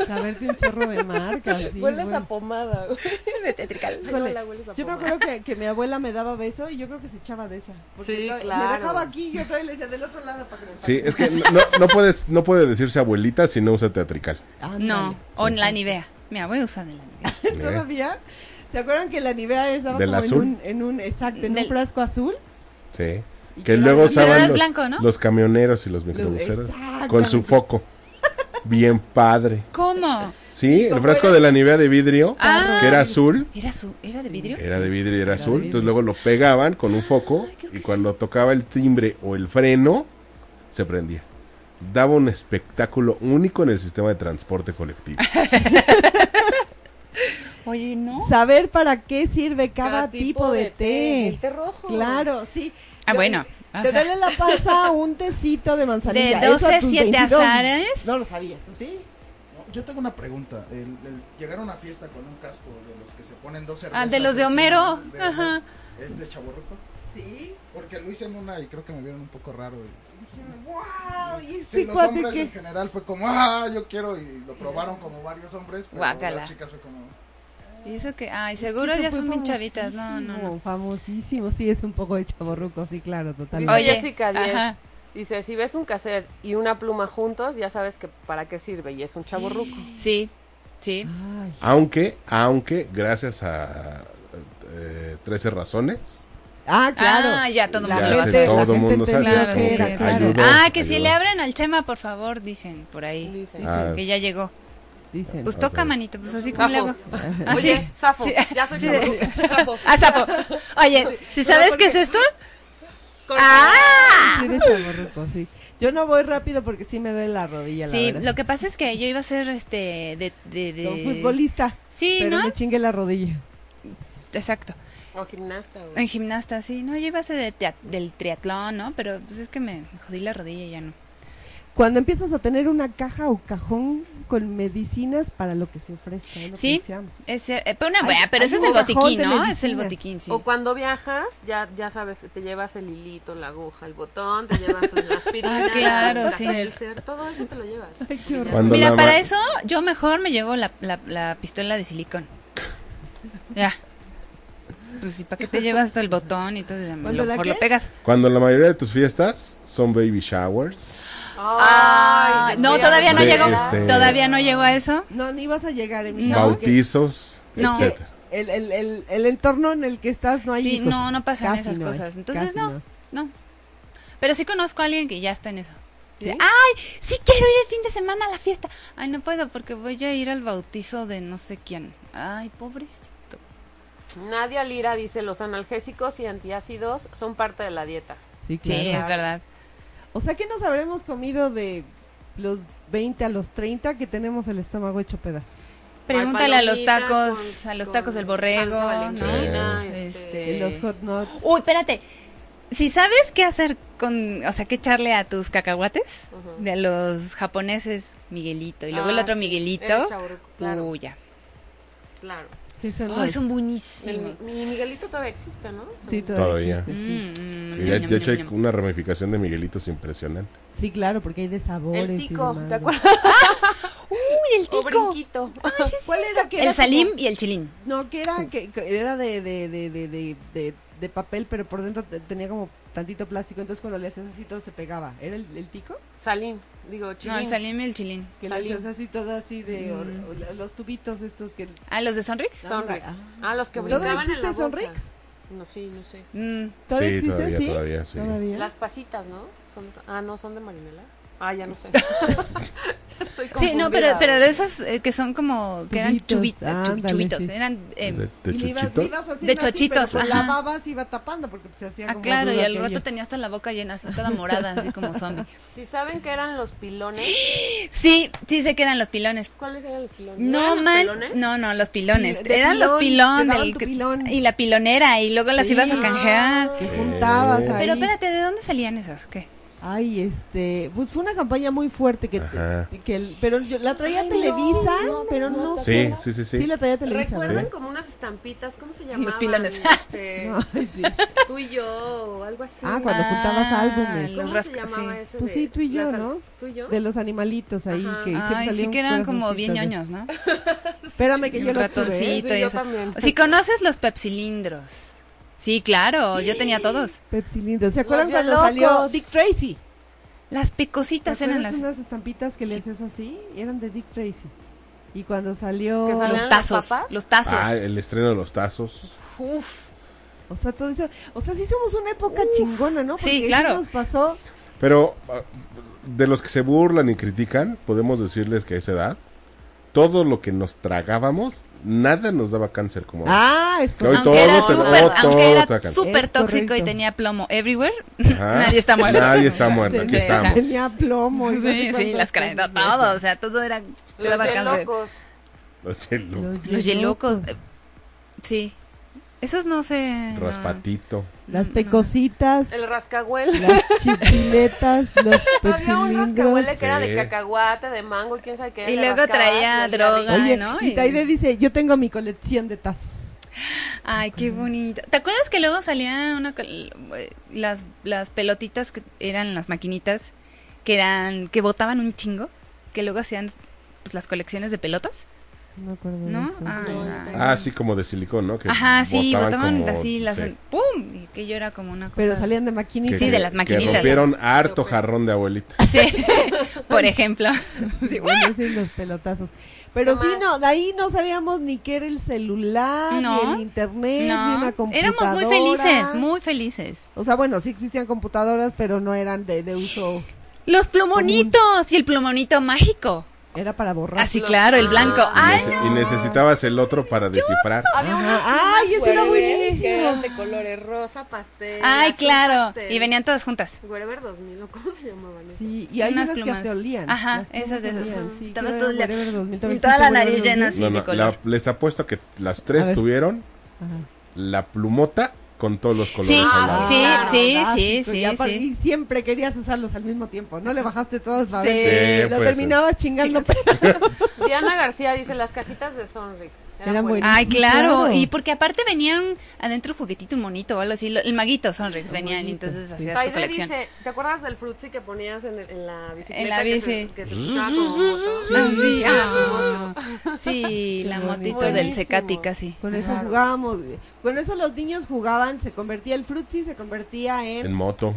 Saberte un chorro de marcas. sí,
Hueles
güey.
a pomada, güey.
De teatrical.
Ay,
Híjole,
hola, hueles a
Yo me
pomada.
acuerdo que, que mi abuela me daba beso y yo creo que se echaba de esa. Porque
Sí,
lo-
claro.
Me dejaba aquí y yo todavía le decía del otro lado para que me
Sí, es que no, no- no puedes, no puede decirse abuelita si no usa teatrical.
Ándale.
Ah, No, o en la nivea. Mi abuela usa de la nivea.
¿eh?
Todavía, ¿se acuerdan que la nivea estaba
¿Del
como
azul?
en un, en un, exacto, en
Del-
un frasco azul?
Sí.
Y
Que
que
luego
la-
Pero
usaban
eras
los,
blanco, ¿no?
los camioneros y los microbuseros
exactamente.
con su foco. Bien padre.
¿Cómo?
Sí, el frasco de la nivea de vidrio,
Ah.
que era azul,
¿Era, su, ¿Era de vidrio?
era de vidrio y era azul, entonces luego lo pegaban con un foco y cuando tocaba el timbre o el freno, se prendía. Daba un espectáculo único en el sistema de transporte colectivo.
Oye, no.
Saber para qué sirve cada, tipo, de té.
El té rojo.
Claro, sí.
Ah,
Yo-
bueno, O
Te
sea,
duele la panza un tecito de manzanilla.
De
Eso
12 a
tus
7
22.
azares.
No lo sabía, eso sí.
No, Yo tengo una pregunta. El, el llegar a una fiesta con un casco de los que se ponen dos cervezas.
Ah, de los de
encima,
Homero.
de- de-
Ajá.
¿Es de chaborruco?
Sí.
Porque lo hice en una y creo que me vieron un poco raro. y-
¡Wow! Y
Sí,
este
los
cuate
hombres en
que.
general fue como, ah, yo quiero, y lo probaron como varios hombres, pero
Guácala.
las chicas fue como,
Y eso que, ay, seguro
Eso
ya
fue
son bien chavitas. No, no,
famosísimo,
no.
Famosísimo, sí, es un poco de chaborruco, sí, claro, totalmente.
Dice
Oye,
Jessica Díez,
ajá.
Dice, si ves un cassette y una pluma juntos, ya sabes que para qué sirve. Y es un chavo ruco.
Sí, sí.
Ay,
Aunque, aunque, gracias a eh, 13 razones,
Ah, claro.
Ah, ya todo
La
mundo
ya
lo
gente-
sabe.
se-
la
todo
gente
mundo sabe.
entendía
Claro,
como
sí,
que
claro.
ayuda,
Ah, que si
ayuda.
le abren al Chema, por favor, dicen por ahí.
Dice.
Ah,
Que ya llegó.
Dicen.
Pues
Ok.
toca, manito, pues así como le hago. Así.
Oye, Safo,
Ah, Sí.
ya soy
Sí.
chavorruco. Safo.
Ah, sapo. Oye, ¿si sabes qué es esto? ¡Ah!
Sí, de chavorruco, sí. Yo no voy rápido porque sí me duele la rodilla. la
Sí,
verdad.
lo que pasa es que yo iba a ser este de, de, de-
Como futbolista.
Sí,
pero
¿no?
me chingue la rodilla.
Exacto.
O gimnasta. güey.
En gimnasta, sí. No, yo iba a ser de tea- del triatlón, ¿no? Pero pues es que me jodí la rodilla y ya no.
Cuando empiezas a tener una caja o cajón con medicinas para lo que se ofrezca. es lo que
Sí.
decíamos.
Es cier- eh, pero, una,
Hay-
pero ese
hay
es el
un bajón
botiquín,
de
¿no? Es el
medicinas.
botiquín, sí.
O cuando viajas, ya, ya sabes, te llevas el hilito, la aguja, el botón, te llevas la aspirina,
Ah, claro,
la
sí.
Alka-Seltzer, todo eso te lo llevas.
qué horror.
Cuando
Mira,
la
para
ma-
eso yo mejor me llevo la, la, la pistola de silicón. Ya. Pues sí, ¿para qué te llevas todo el botón y todo? A lo
¿Cuándo la
mejor
qué?
lo pegas.
Cuando la mayoría de tus fiestas son baby showers.
Ah,
Ay,
no,
estoy
todavía no
De
llegó.
este-
Todavía no llegó a eso.
No, ni vas a llegar, eh, Emi.
No.
bautizos,
No.
etcétera.
El, el, el, el entorno en el que estás no hay
Sí,
hijos.
no, no pasan
Casi
esas
no hay,
cosas. Entonces,
casi
no. No. Pero sí conozco a alguien que ya está en eso.
¿Sí?
Dice, Ay, sí quiero ir el fin de semana a la fiesta. Ay, no puedo porque voy a ir al bautizo de no sé quién. Ay, pobrecito.
Nadia Lira dice, los analgésicos y antiácidos son parte de la dieta.
Sí,
Sí,
claro.
es verdad.
O sea, ¿qué nos habremos comido de los 20 a los 30 que tenemos el estómago hecho pedazos?
Pregúntale a los
palomitas
tacos,
con-
a los
con
tacos del borrego,
salsa
¿no?
valentina,
Sí.
este,
Eh.
Y los hot nuts.
Uy, espérate. Si sabes qué hacer con, o sea, qué echarle a tus cacahuates
Ujú.
de los japoneses, Miguelito y luego el
Ah,
otro
sí,
Miguelito,
el chaburruco, claro.
uy, ya.
Claro.
Sí, son
Ay,
los-
son
El-
buenísimos.
mi Miguelito todavía existe, ¿no?
sí,
Según-
todavía.
Todavía.
Mm, mm, ñam,
Y ya, ya
ñam,
hecho hay
ñam.
una ramificación de Miguelitos impresionante.
Sí, claro, porque hay de sabores.
El
y
tico,
demás.
¿te acuerdas?
Uy, el
O
tico.
brinquito.
¿Cuál era que era
El salim y el chilín.
como- No, que era, que, que era de, de, de, de, de, de- de papel, pero por dentro te- tenía como tantito plástico, entonces cuando le hacías así todo se pegaba. ¿Era el, el tico?
Salim, digo, chilín.
No, el salim Mm. y el chilín.
Que le
Salín.
hacías así todo así de... or- o- los tubitos estos que...
Ah, los de Sonrix.
Sonrix. Ah, los que
¿Todavía
brincaban en la
existe
boca.
Sonrix?
No, sí, no sé.
Mm,
¿Todavía
sí,
existe?
todavía,
¿Sí?
todavía, sí.
¿Todavía?
Las pasitas, ¿no? Son, ah, no, son de marinela. Ah, ya no sé. Ya estoy
Sí,
confundida,
no, pero, pero de
güey.
esos eh, que son como que eran
Tubitos,
chubitos, chu-
ándale,
chubitos,
sí.
eran eh,
De,
Y
de
le ibas-
chuchito.
le ibas haciendo
De
así,
chochitos,
pero con
ajá.
la baba se iba tapando porque pues, se hacía
Ah,
como
claro, y
rudo
al
aquello.
rato tenía hasta la boca llena, así toda morada, así como zombie.
Si saben que eran los pilones,
Sí, sí sé que eran los pilones.
¿cuáles eran los pilones?
No,
eran
man.
los pilones?
No, no, los pilones.
Pil- de
eran los
pilón, te
pilones.
daban tu pilón.
Y la pilonera, y luego las
Sí. Ah,
ibas a canjear.
que juntabas
Eh.
ahí.
Pero espérate, ¿de dónde salían esas? ¿Qué?
Ay, este, pues fue una campaña muy fuerte que,
Ajá.
que el- pero yo- la traía
Ay, no,
Televisa,
no, no,
pero
no,
no.
no.
sé.
Sí, sí, sí, sí.
Sí, la traía Televisa.
¿Recuerdan
¿verdad?
como unas estampitas? ¿Cómo se llamaban?
¿eh? pilones.
Este,
No, ay, sí.
Tú y yo, o algo así.
Ah, cuando
Ah,
juntabas álbumes
los
¿Cómo se
rasca-
llamaba
sí.
ese
Pues
de
sí, tú y yo,
las-
¿no?
¿Tú y yo?
de los animalitos ahí
Ajá.
que siempre
Ay, sí
salía
que
un
eran como bien
corazoncito de-
ñoños, ¿no?
Espérame que
Y
yo lo
un
tuve. ¿eh?
ratoncito
Sí,
y
yo
eso.
también.
Si conoces los pepsilindros. Sí, claro, yo tenía todos.
Pepsi lindo. ¿Se acuerdan
Los
cuando
Yalocos.
salió Dick Tracy?
Las
¿Te
picositas eran las
acuerdas unas estampitas que le
Sí.
hacías así? Eran de Dick Tracy. Y cuando salió
Que salían-
los
¿Eran
tazos,
las papas?
los tazos.
Ah, el estreno de los tazos.
Uf.
O sea, todo eso. O sea, sí somos una época chingona, ¿no?
sí,
Porque
claro.
nos pasó.
Pero ah, de los que se burlan y critican, podemos decirles que a esa edad, todo lo que nos tragábamos, nada nos daba cáncer como ahora.
Ah, es
Que hoy
Aunque
todo
era
te-
súper,
oh, todo
aunque era
te alcanza.
súper
Es
tóxico y
correcto.
tenía plomo everywhere,
Ajá.
nadie está muerto.
Nadie está muerto, aquí
Sí, o sea,
estamos.
Tenía plomo. y no sé
Sí, sí,
cuántas
las creencias,
cosas.
todo, o sea, todo era te daba
Los
cáncer.
locos.
Los chelos.
Los yelocos.
Los yelocos. eh, Sí. Esos no se... no.
Raspatito.
Las
No.
pecositas,
El rascahuel.
las chipiletas, los
Había un
pechilindros.
rascahuele que era de
Sí.
cacahuate, de mango y quién sabe qué.
Y
le
luego
rascabas
traía
y olía
droga.
rico.
Oye,
¿no?
y Taide dice, yo tengo mi colección de tazos.
Ay, qué bonito. ¿Te acuerdas que luego salían una, col- las, las pelotitas que eran las maquinitas que eran que botaban un chingo? Que luego hacían pues, las colecciones de pelotas,
No me acuerdo
¿no?
de eso.
Ay,
No,
no.
yo
Ah, sí, como de silicón, ¿no? Que
Ajá, sí, botaban,
como-
así las...
sí,
¡Pum! Y que yo era como una cosa...
Pero salían de
que-
maquinitas.
Sí, de
que-
las
que
maquinitas.
rompieron harto jarrón de abuelita.
Sí, por ejemplo. Sí, ¡guau!
Bueno, sí, los pelotazos. Pero sí,
Nomás.
no, de ahí no sabíamos ni qué era el celular, ni
No.
el internet, ni una
No,
computadora.
éramos muy felices, muy felices.
O sea, bueno, sí existían computadoras, pero no eran de, de uso.
Los plumonitos y el plumonito mágico.
Era para borrar.
Así, claro, el blanco.
Y,
Ay,
nece-
no.
y necesitabas el otro para descifrar.
Había unos
Ajá. Ay, eso era
Que
buenísimo.
eran de colores rosa, pastel.
Ay,
azul
claro.
pastel.
Y venían todas juntas.
Wherever 2000, ¿o ¿cómo se llamaban eso?
Sí, y hay
Unas
unas,
plumas.
que te olían.
Ajá,
las plumas
esas de
te
esas.
olían,
Ajá.
Sí,
Estaba
creo
todo
que
la-
Wherever 2000, también
y toda
existe
la
Wherever
nariz llena
2000.
Sí, de color.
les apuesto que las
A
tres
ver.
tuvieron
Ajá.
la plumota con todos los colores.
Sí,
al lado.
sí,
Ah,
sí,
básico,
sí, sí,
y apar-
sí.
Y siempre querías usarlos al mismo tiempo. No le bajaste todos para
Sí.
ver si
Sí,
Lo
pues,
terminabas chingando. pero-
Diana García dice las cajitas de Sonrix.
Eran buenísimas.
Ay,
Sí,
claro.
claro.
Y porque aparte venían adentro un juguetito, un monito o algo así. lo- El maguito Sonrix
El
venían y
maguito,
entonces
sí.
hacías tu
Taide
colección.
dice, ¿te acuerdas del frutzi que ponías en, el- en la bicicleta?
En la
que se-
bici.
Que se, escuchaba como moto.
Ah, Sí, ah. Sí, la motito del
Buenísimo.
Secati casi.
Con eso jugábamos. güey. Con eso los niños jugaban, se convertía el frutzi, se convertía
En
en,
moto.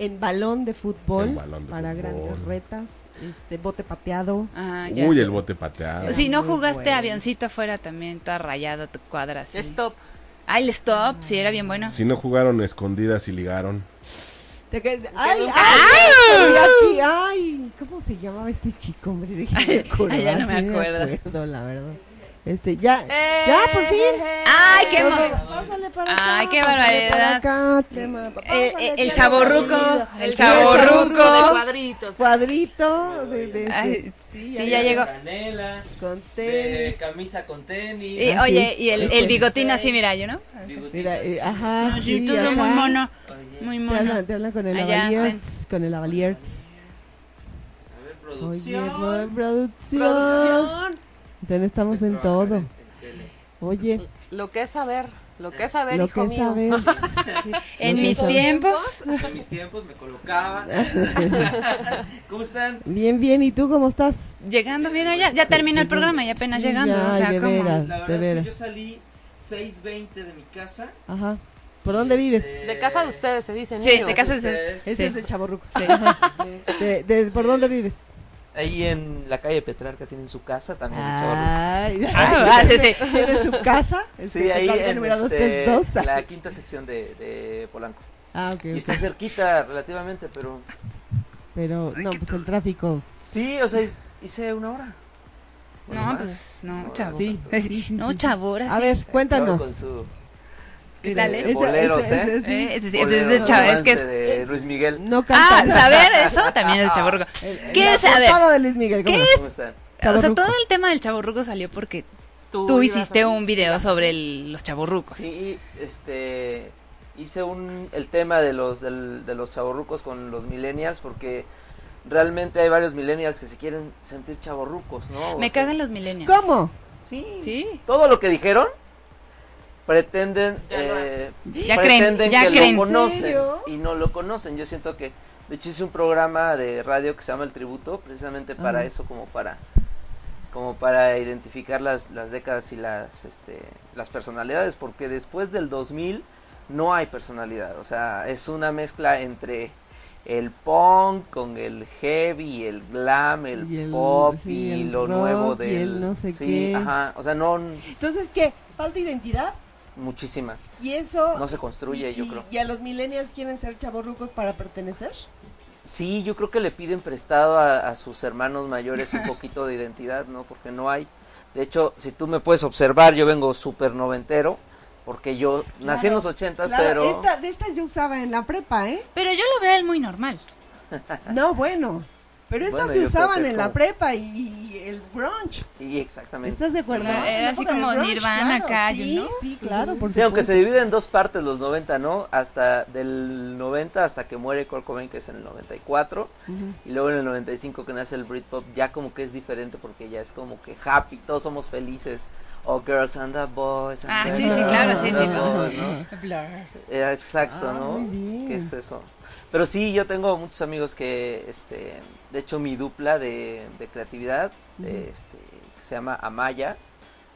en balón de fútbol
En balón de
para
fútbol.
grandes retas, este bote pateado.
Ah, ya.
Uy, el bote pateado.
Si no
Muy
jugaste
bueno.
avioncito afuera también, toda rayada tu cuadra. Sí.
Stop.
Ah, el stop, sí, era bien bueno.
Si no jugaron escondidas y ligaron.
Te que- ay, ay, aquí, ay, ¿cómo se llamaba este chico? Hombre, Dije, no me acuerdo,
ay, ya no me
sí
acuerdo. Eh,
acuerdo, la verdad. Este, ya, ya, por fin.
Ay, qué mo-
Pásale para acá,
Ay, qué
pásale para
barbaridad.
acá, Chema,
El,
pásale,
el, el
Chema.
chaborruco, el
Chaborruco de
chaborruco.
cuadritos.
Cuadrito de, de- de-
Ay,
sí,
sí, ya llegó.
Canela,
con tenis.
de camisa con tenis.
Y,
Ah,
oye,
sí.
y el, el bigotín así, mira, yo no.
bigotitos.
Mira, eh, ajá,
Sí,
sí,
tú no,
ajá.
muy mono, muy
Te hablan,
mono.
te hablan con el
Allá,
Avalierz, con el Avalierz.
A ver,
Oye,
producción.
buen producción.
Producción.
Entonces estamos en
Trabajar
todo.
en tele.
Oye,
Lo que es saber. Lo que es saber,
lo
hijo
que
mío.
sabes.
En
Sí,
mis
sí.
tiempos,
En mis tiempos me colocaban. ¿Cómo están?
Bien, bien, ¿y tú cómo estás?
llegando, mira, ya, ya terminó el programa y apenas
Sí,
llegando.
ya,
o sea,
ay, de
como.
veras.
La
Pues, De
verdad es
veras.
que yo salí 6.20 de mi casa. Este,
Ajá. ¿Por dónde vives?
De casa de ustedes se dicen.
Sí,
niños.
de casa de
Ustedes,
Ese
sí.
es el chaborruco.
Sí.
Ajá. De- de- ¿Por dónde vives?
Ahí en la calle Petrarca tienen su casa también. es de Chavarruco.
Ay,
Ah, sí, sí.
¿Tiene su casa?
Sí, ahí en
número
este,
232.
la quinta sección de, de Polanco.
Ah, ok.
Y
ok.
está cerquita relativamente, pero...
Pero, no, pues el tráfico.
Sí, o sea, hice una hora. Bueno,
No,
más.
pues no,
Ahora,
chavo.
Sí, sí, sí, sí.
No, chavora.
A
sí.
ver, cuéntanos.
Con su...
¿Qué tal, eh?
Ese-
Boleros,
ese-
¿eh?
ese sí.
Eh, sí, sí,
Bolero,
entonces, chavo, es que.
romance de Luis Miguel.
No
Ah,
canta.
saber eso también es chaborruco. ¿Qué
La
es saber?
portada de Luis Miguel, ¿cómo
¿Qué
no?
¿Cómo están?
O sea,
Chavorruco.
todo el tema del chaborruco salió porque tú
ibas
hiciste
a-
un video sobre el- los chaborrucos.
Sí, este hice un el tema de los del- de los chavorrucos con los millennials porque realmente hay varios millennials que se quieren sentir chavorrucos, ¿no? O
Me
sea,
cagan los millennials.
¿Cómo?
Sí.
Sí.
Todo lo que dijeron pretenden
Ya lo
eh,
Ya
pretenden
creen, ya
que
creen.
lo conocen
serio?
y no lo conocen. Yo siento que de hecho hice un programa de radio que se llama El Tributo precisamente para
Ajá.
eso, como para como para identificar las, las décadas y las este, las personalidades, porque después del 2000 no hay personalidad, o sea, es una mezcla entre el punk con el heavy, el glam, el,
Y el-
pop
sí,
y
el
lo
rock
nuevo
y
del
el no sé
sí,
qué.
ajá, o sea, no
Entonces, ¿qué? ¿Falta de identidad?
muchísima.
¿Y eso?
No se construye,
y-
yo
y-
creo.
¿Y a los millennials quieren ser chavorrucos para pertenecer?
Sí, yo creo que le piden prestado a, a sus hermanos mayores un poquito de identidad, ¿no? Porque no hay. De hecho, si tú me puedes observar, yo vengo súper noventero, porque yo nací en los ochentas,
Claro,
pero...
esta- de estas yo usaba en la prepa, ¿eh?
Pero yo lo veo a él muy normal.
No, bueno. Pero estas
Bueno,
se
yo creo
usaban
que
en la
como-
prepa y, y el del grunge.
Y exactamente.
¿Estás de acuerdo?
Era
En la
así
época del
como Nirvana,
claro,
Kaiju,
sí,
¿no?
Sí, claro, por
Sí, aunque se
supuesto.
divide en dos partes los 90, ¿no? Hasta del 90 hasta que muere Kurt Cobain, que es en el 94.
Ujú.
Y luego en el 95 que nace el Britpop, ya como que es diferente porque ya es como que happy, todos somos felices. O Girls and the Boys. and
Ah,
the
sí, sí, claro, sí, sí,
Girls and the Boys, ¿no?
Blur.
Eh, Exacto,
Ah,
¿no?
muy bien.
¿Qué es eso? Pero sí, yo tengo muchos amigos que, este, de hecho, mi dupla de, de creatividad, eh, este, que se llama Amaya,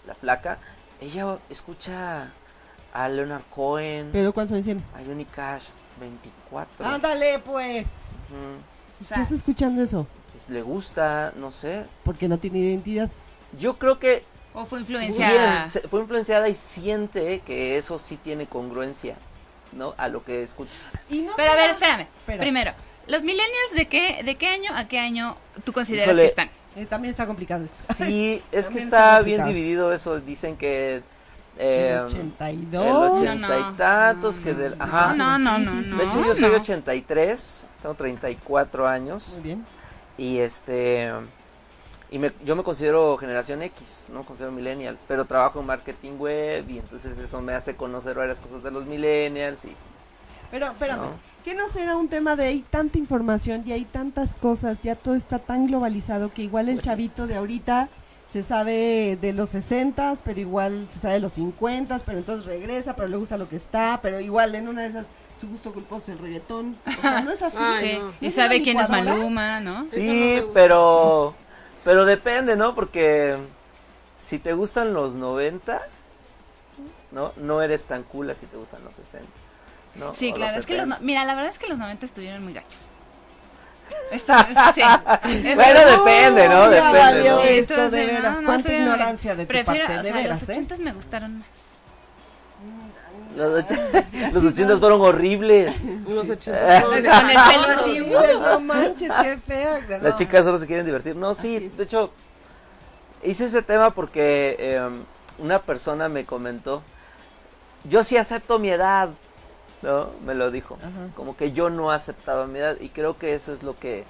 la flaca, ella escucha a Leonard Cohen,
Pero ¿cuántos años tiene?
a Johnny Cash, 24.
Ándale, pues.
Ujú.
¿Estás escuchando eso?
Pues, le gusta, no sé.
Porque no tiene identidad.
Yo creo que
O fue
bien,
influenciada.
se- fue influenciada y siente que eso sí tiene congruencia, ¿no? A lo que escucha.
Y no
Pero a ver,
será-
espérame.
Espera.
Primero, ¿los millennials de qué, de qué año a qué año tú consideras
Híjole.
que están?
Eh, también está complicado eso.
Sí, es que
También
está
está
bien
complicado.
dividido eso. Dicen que. eh,
El 82.
el
No, no.
80 y tantos, que del. Ajá.
No, no, no,
Sí, sí,
no.
de hecho, yo soy
no.
83, tengo 34 años.
Muy bien.
Y este. Y me- yo me considero generación X, no me considero millennial, pero trabajo en marketing web y entonces eso me hace conocer varias cosas de los millennials y
Pero, espérame.
No.
¿Qué no será un tema de hay tanta información y hay tantas cosas? Ya todo está tan globalizado que igual el chavito de ahorita se sabe de los 60, pero igual se sabe de los 50, pero entonces regresa, pero le gusta lo que está, pero igual en una de esas su gusto culposo es el reggaetón. O sea, no es así.
Ay,
Sí,
no.
y
¿Es
sabe
una
quién es
licuadora?
Maluma, ¿no?
Eso no me
Sí,
gusta.
pero pero depende, ¿no? Porque si te gustan los 90, ¿no? No eres tan cool así te gustan los 60. ¿no? O
Sí,
los
claro, es que los
70.
no- mira, la verdad es que los 90 estuvieron muy gachos. Estu- sí. Es-
Bueno, depende, ¿no?
ya
Depende,
valió
¿no?
Sí,
esto,
estuvo-
de
sí, no,
veras.
no,
Cuánta
estuvieron muy-
ignorancia de tu
Prefiero,
parte, de
o sea,
veras,
los
¿eh?
80 me gustaron más.
Los, och- los 80 fueron horribles.
Los 80 son
Con el pelo
espantosos.
así,
Ay, Ah, no manches, qué fea. no.
Las chicas solo se quieren divertir. No, sí, de hecho, hice ese tema porque eh, una persona me comentó, yo sí acepto mi edad, ¿no? Me lo dijo.
Ajá.
Como que yo no aceptaba mi edad y creo que eso es lo que,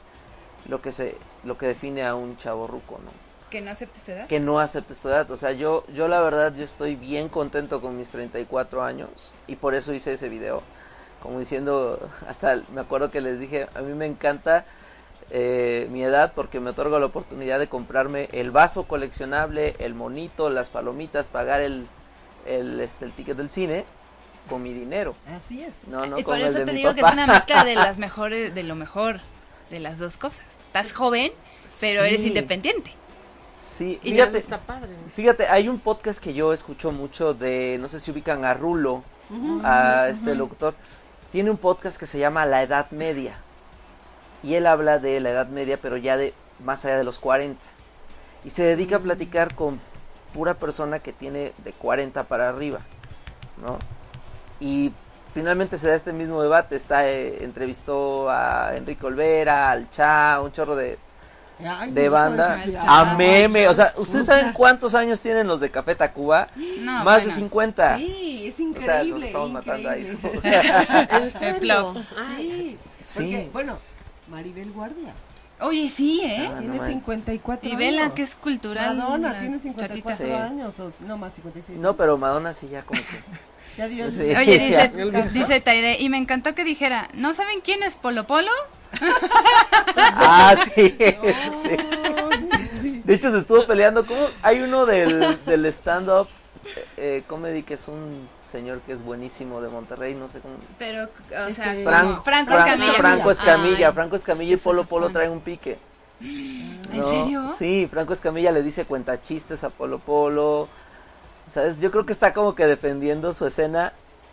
lo que, se, lo que define a un chavo ruco, ¿no?
¿Que no aceptes tu edad?
que no aceptes tu edad. O sea, yo, yo la verdad, yo estoy bien contento con mis 34 años y por eso hice ese video. Como diciendo, hasta me acuerdo que les dije, a mí me encanta eh, mi edad porque me otorga la oportunidad de comprarme el vaso coleccionable, el monito, las palomitas, pagar el, el, este, el ticket del cine con mi dinero.
Así es.
No, no
y
con
por
el
eso
de
te
mi
digo que
papá.
es una mezcla de las mejores, de lo mejor, de las dos cosas. Estás joven, pero
Sí.
eres independiente.
Sí,
Y
Mira,
fíjate,
está padre.
Fíjate, hay un podcast que yo escucho mucho de, no sé si ubican a Rulo, a este locutor. Tiene un podcast que se llama La Edad Media. Y él habla de la Edad Media, pero ya de más allá de los 40. Y se dedica a platicar con pura persona que tiene de 40 para arriba, ¿no? Y finalmente se da este mismo debate. Está eh, entrevistó a Enrique Olvera, al Cha, un chorro de,
Ay,
de
no,
banda
ay, ya.
a meme. O sea, ¿ustedes saben cuántos años tienen los de Café Tacuba?
No,
Más de
bueno.
50.
Sí, es
o sea, los
increíble.
estamos matando ahí.
increíble.
¿En
El
serio?
plop.
Sí,
Sí.
porque, bueno, Maribel Guardia
Oye, sí, ¿eh?
Ah, no
tiene
manches.
54
Y
años.
vela que es cultural.
Madonna
la
tiene
chatita.
54
Sí.
años, o, no más 56.
No, pero Madonna sí ya como que...
ya dio
sí.
el-
Oye, dice,
El viejo.
dice Taide, y me encantó que dijera, ¿no saben quién es Polo Polo?
ah, sí. sí.
Sí.
De hecho, se estuvo peleando. ¿Cómo? Hay uno del, del stand-up eh, comedy que es un señor que es buenísimo de Monterrey, no sé cómo...
Pero, o sea,
Este,
como
Fran-
Franco
Fran-
Escamilla. Ah,
Franco Escamilla,
Ay,
Franco Escamilla y
es que
Polo
soy
Polo
fan.
traen un pique.
¿En
No,
serio?
Sí, Franco Escamilla le dice cuenta chistes a Polo Polo. ¿Sabes? Yo creo que está como que defendiendo su escena.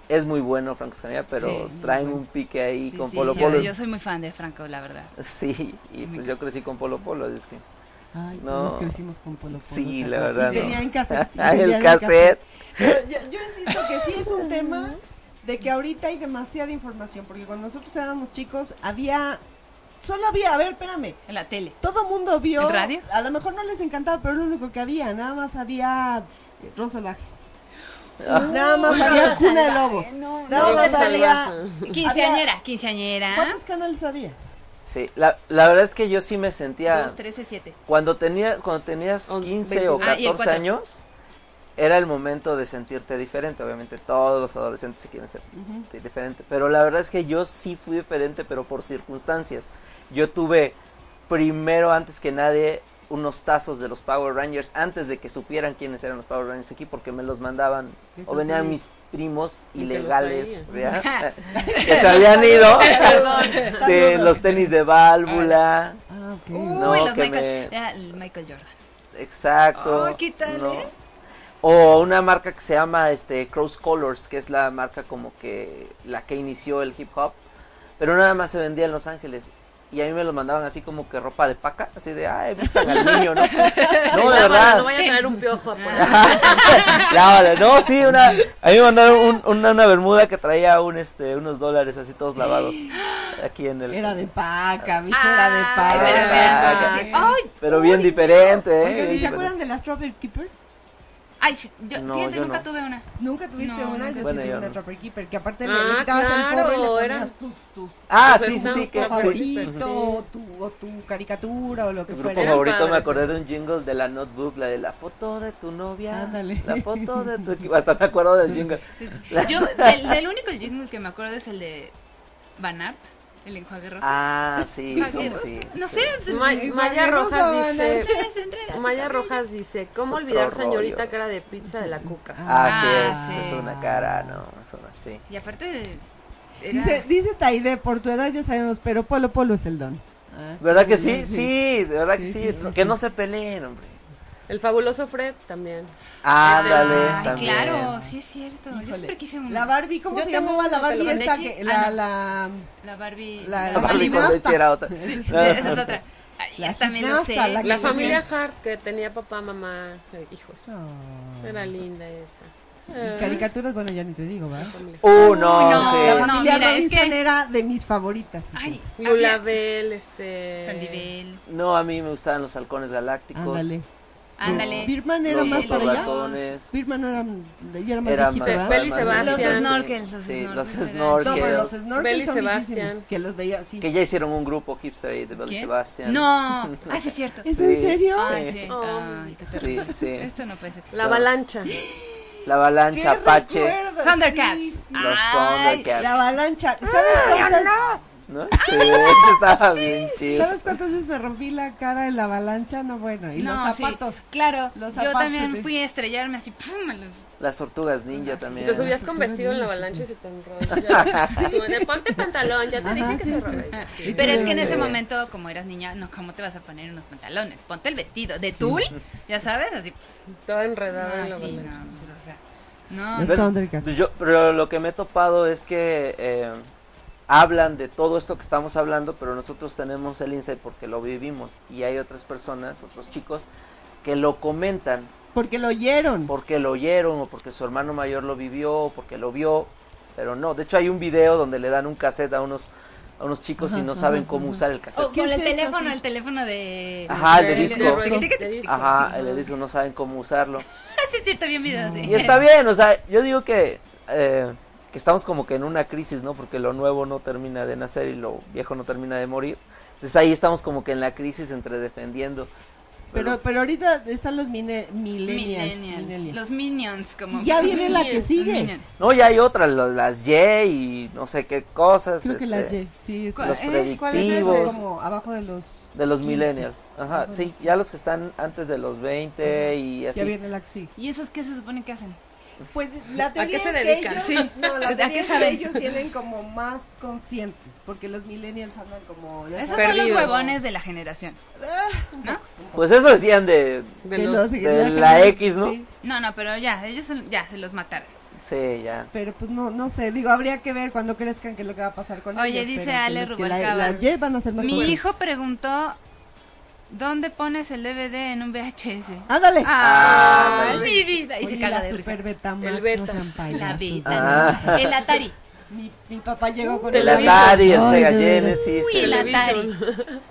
Es muy bueno Franco Escamilla, pero
Sí,
traen un pique ahí
Sí,
con
sí,
Polo
yo-
Polo.
Yo soy muy fan de Franco, la verdad.
Sí, y pues yo crecí con Polo Polo, es que
Ay,
No.
todos crecimos con Polo Polo.
Sí,
¿te
la
acuerdas?
verdad,
Y tenía
no.
en cassette. y
Ah,
tenía
el
en
cassette.
Yo, yo- yo insisto que sí es un tema de que ahorita hay demasiada información, porque cuando nosotros éramos chicos había, solo había, a ver, espérame,
En la tele.
todo mundo vio,
¿El radio?
a lo mejor no les encantaba, pero era lo único que había, nada más había Rosolaje. Nada más había Cuna de Lobos.
No,
Nada
no,
más
no,
Pues, había...
no.
Quinceañera, ¿ah? quinceañera.
¿Cuántos canales había?
Sí, la, la verdad es que yo sí me sentía...
2, 13, 7.
Cuando tenías, cuando tenías
Once,
15
veinte.
o
Ah, y el
14
cuatro.
años, era el momento de sentirte diferente. Obviamente todos los adolescentes se quieren ser diferente. Pero la verdad es que yo sí fui diferente, pero por circunstancias. Yo tuve primero, antes que nadie, unos tazos de los Power Rangers, antes de que supieran quiénes eran los Power Rangers aquí, porque me los mandaban
¿Qué
o venían
entonces?
mis primos
Y te los
ilegales
traían.
¿verdad? que se habían ido.
Perdón.
Sí, los tenis de válvula.
Ah, ok.
Uy,
No,
los
que
Michael,
me-
era el Michael Jordan.
Exacto.
Oh, ¿qué tal, eh?
O una marca que se llama este Cross Colors, que es la marca como que la que inició el hip hop, pero nada más se vendía en Los Ángeles. Y a mí me lo mandaban así como que ropa de paca, así de, ay, vistan al niño, ¿no? No, de
Lávala,
verdad.
No vaya a traer un piojo. pues. por ahí.
Lávale. No, sí, una, a mí me mandaron un- una, una bermuda que traía un, este, unos dólares así todos lavados aquí en el...
Era de paca, ¿viste?
Ah,
Era de paca.
pero
era
bien.
de paca.
Ay,
Pero bien diferente, ¿eh?
Oigan, ¿y ¿Se
Bien
acuerdan de la Strawberry Keeper?
Ay, sí, yo,
No,
fíjate,
yo
nunca
no.
tuve una.
Nunca tuviste
No,
una,
nunca.
yo
Bueno,
sí
yo
tuve una
no.
Strawberry Keeper, que aparte
Ah,
le quitabas
claro,
el forro y le ponías
eran-
tus, tus
Ah,
Pues
sí, sí,
no,
sí, que,
no,
sí.
favorito o tu, o tu caricatura o lo que
Tu grupo
fuera.
Eran
favorito, me
padres,
acordé de un jingle de la notebook, la de la foto de tu novia.
Ándale.
La foto de tu equipo. Hasta me acuerdo del jingle. La-
Yo, del, del único jingle que me acuerdo es el de Van Aert, el enjuague rosa.
Ah, sí,
Enjuague
sí,
rosa.
sí.
no
sí.
sé, se-
Ma-
Igual,
Maya
no
Rojas
saben
dice...
ustedes entren a tu
Maya
cabello.
Rojas dice, ¿cómo
Otro
olvidar
rollo.
señorita cara de pizza de la cuca?
Ah, sí, es,
Ah,
es
sí.
una cara, no, es una, sí.
Y aparte de... era-
Dice, dice Taide, por tu edad ya sabemos, pero Polo Polo es el don.
¿Verdad que sí? Sí, de verdad que
Sí,
sí.
sí, sí,
Que
sí.
no se peleen, hombre.
El fabuloso Fred también.
Ándale,
Ay,
también.
claro, sí es cierto. Yo
Híjole.
siempre quise una.
La Barbie, ¿cómo
Yo
se
tengo
llamaba la
una
Barbie
pelón.
esta?
¿De chi?
que- la,
Ah, no.
la,
La Barbie...
La-
La Barbie con
gimnasta.
leche era otra.
Sí,
No,
esa es otra. Ay,
La
esta me lo sé.
gimnasta, la
La
Sí,
familia Hart que tenía papá, mamá, eh, hijos.
Oh.
Era linda esa. Ah,
Y Caricaturas, bueno, ya ni te digo, ¿verdad?
Uh, no,
Uy, no,
Ah. sí.
la familia
mira, es
Robinson
que-
era de mis favoritas.
Ay,
fíjense.
había-
Lulabel, este...
Sandibel,
No, a mí me gustaban los halcones galácticos.
Ándale.
ándale.
Birman era
los
más
el-
para allá.
ratones.
Birman era, ya era más
Era
viejito,
más-
¿verdad?
Bel y
más-
Sebastián.
sí,
Los snorkels, los
Sí, los
snorkels eran-
No, pero los
snorkels.
Bel
snorkels
y
son
Sebastián.
viejísimos, que los veía, sí.
Que ya hicieron un grupo hipster ahí de Belly
¿Quién?
Sebastian.
No, ah, sí es cierto.
¿Es
Sí.
en serio?
Ay, Ah, sí.
Oh.
Ay, qué
Sí,
terrible.
sí.
Esto no puede ser.
La avalancha.
La avalancha, Apache.
recuerdos!
Thundercats. Ah,
Sí, sí.
Los
Ay,
Thundercats.
La avalancha. ¿Sabes cuántas,
¿No? Sí, eso estaba bien chido.
¿Sabes cuántas veces me rompí la cara en la avalancha? No, bueno. Y
No,
los
sí,
zapatos.
claro.
Los
yo
zapatos,
también
sí.
fui a estrellarme así, pum, a los-
Las tortugas ninja
Y
también.
Te subías con vestido en la avalancha y se te enrolla. Como de, Ponte pantalón, ya te dije que se robe.
Pero es que en
Sí.
ese momento, como eras niña, no, ¿cómo te vas a poner unos pantalones? Ponte el vestido de tul, ya sabes, así. pf,
Toda
no,
enredada en la
así,
avalancha.
Ah. no, pues, o sea, no.
Los Thundercats.
Pues yo- pero lo que me he topado es que eh, hablan de todo esto que estamos hablando, pero nosotros tenemos el insight porque lo vivimos. Y hay otras personas, otros chicos, que lo comentan
Porque lo oyeron.
porque lo oyeron o porque su hermano mayor lo vivió o porque lo vio, pero no. De hecho hay un video donde le dan un cassette a unos a unos chicos y no saben cómo usar el
O
cassette.
con
¿Qué
el
es eso?
teléfono,
Sí.
el teléfono de.
Ajá, el de
De- de-
disco.
de- de disco.
Ajá, el de disco no saben cómo usarlo.
Ah, sí, sí, está bien video, sí.
Y está bien, o sea, yo digo que, eh, que estamos como que en una crisis, ¿no? Porque lo nuevo no termina de nacer y lo viejo no termina de morir. Entonces ahí estamos como que en la crisis entre defendiendo.
Pero, pero ahorita están los mine, millennials.
Millennial.
millennials.
Los Minions, como.
Y ya viene la que
Millennials,
sigue.
Minion.
No, ya hay otras, lo- las Y y no sé qué cosas.
Creo que la
este,
Y. Sí, es
¿Cuál?
Los
Eh,
¿cuál es
predictivos.
esa? como abajo de los.
De los
15.
millennials. Ajá, sí, ya los que están antes de los 20 y
Ya
así.
viene la que sigue.
¿Y esos qué se supone que hacen?
Pues la teoría
qué se
es que
dedican?
ellos-
Sí.
no, la
¿A qué
teoría es que
saben?
ellos vienen como más conscientes, porque los millennials andan como ya
Esos
sabes, ah,
son los
Perdidos.
huevones de la generación. ¿No?
Pues eso decían de...
De
de
los-
los-
de la X, ¿no?
Sí,
No, no, pero ya, ellos son- ya se los mataron.
Sí, ya.
pero pues no no sé, digo, habría que ver cuando crezcan qué es lo que va a pasar con ellos.
Oye, dice
pero,
Ale
pues, que la-
Rubalcaba,
la Y van a ser más
Mi
jóvenes.
hijo preguntó: ¿Dónde pones el DVD en un VHS?
Ándale.
¡Ay,
Ándale.
mi vida! Ah, Y se
Oye,
caga
la
de risa.
super Betamax,
El
no
beta.
sean payasos.
La vida.
Ah.
El Atari.
Mi, mi papá llegó con
El
Televisión.
Atari, el
Ay,
Sega
de verdad.
Genesis.
Uy, el
el-
Atari.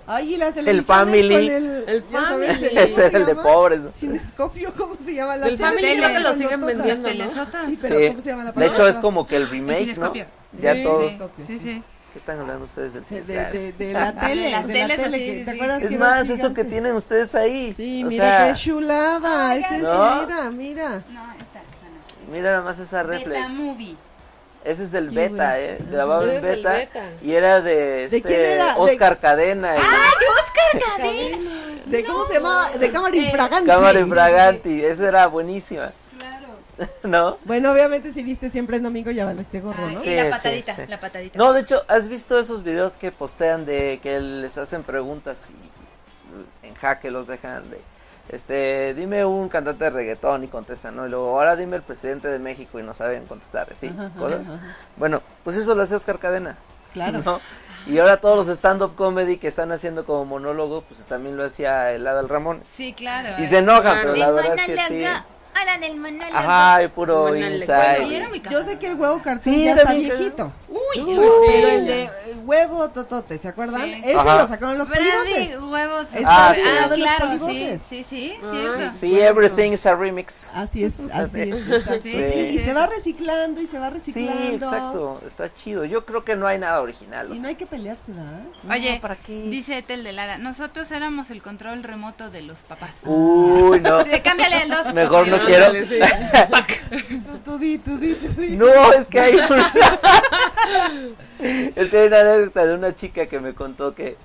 Ay, y las televisiones
Family.
con el,
El
ya sabes,
Family.
¿cómo
Ese era
se
el de
llama?
pobres. ¿no?
Cinescopio, ¿cómo se llama? La
El
tele
Family
creo que lo
grandotota.
siguen
Los
vendiendo, ¿no?
telesotas.
Sí, pero
Sí.
¿cómo se llama la
De
palabra?
hecho, es como que el remake, ¿no?
cinescopio.
Ya
Sí,
todo.
Sí, sí, sí.
¿Qué están hablando ustedes del
De,
cine?
de-
Claro.
de- de la
De
tele.
las
de
teles
la tele
así,
que- ¿Te
sí, sí.
acuerdas
Es
que
más,
era
eso que
gigante?
tienen ustedes ahí.
Sí,
O
mira
sea,
qué chulada.
Ay,
es este,
¿no?
mira, mira.
No, esta, esta no.
Mira nada más esa
Beta
reflex.
Movie.
Ese es del
Qué
beta,
bueno.
¿eh? Grabado en
Ese es el
beta,
beta.
Y era de, este,
quién era? De-
Oscar Cadena. y
¡Ay, Oscar Cadena!
¿De cómo se llama? De cámara
Eh,
infragante.
Cámara Infraganti. Esa era buenísima,
Claro.
¿no?
Bueno, obviamente si viste siempre en domingo ya vale este gorro,
Ah,
¿no?
sí,
Sí,
la
sí,
patadita,
sí.
la patadita.
No, de hecho, ¿has visto esos videos que postean de que les hacen preguntas y en jaque los dejan de... Este, dime un cantante de reggaetón y contestan, ¿no? Y luego, ahora dime el presidente de México y no saben contestar, ¿sí? Cosas. Bueno, pues eso lo hace Oscar Cadena.
Claro.
¿no? Y ahora todos los stand-up comedy que están haciendo como monólogo, pues también lo hacía el Adal Ramón.
Sí, claro.
Y
eh.
se enojan,
Claro.
pero la
El
verdad es que sí.
monólogo, Ahora del monólogo.
Ajá, y puro
Monólogo.
inside.
Y era muy
Yo
cabrón.
sé que el huevo cartón
Sí,
ya
era
está
bien
viejito.
Uy,
Uy,
yo
Pero
sé.
el de eh, huevo totote, ¿se acuerdan?
Sí.
Ese
Ajá.
lo sacaron los
Brady,
polivoces.
huevos.
Está
Ah, sí.
pegado en los
claro, sí,
polivoces.
sí, sí,
Ah,
cierto.
Sí, everything's a remix.
Así es, así es. exacto.
Sí,
Sí,
sí,
y
sí.
se va reciclando y se va reciclando.
Sí, exacto, está chido. Yo creo que no hay nada original. o
Y no hay que pelearse, ¿verdad?
Oye,
No, ¿para qué?
dice Etel de Lara, nosotros éramos el control remoto de los papás.
sea. Uy, no.
Sí, cámbiale el 2.
Uh. Mejor no quiero.
Ándale, sí.
Tú, tú di, tú di, tú di.
No, es que hay una... es que hay una anécdota de una chica que me contó que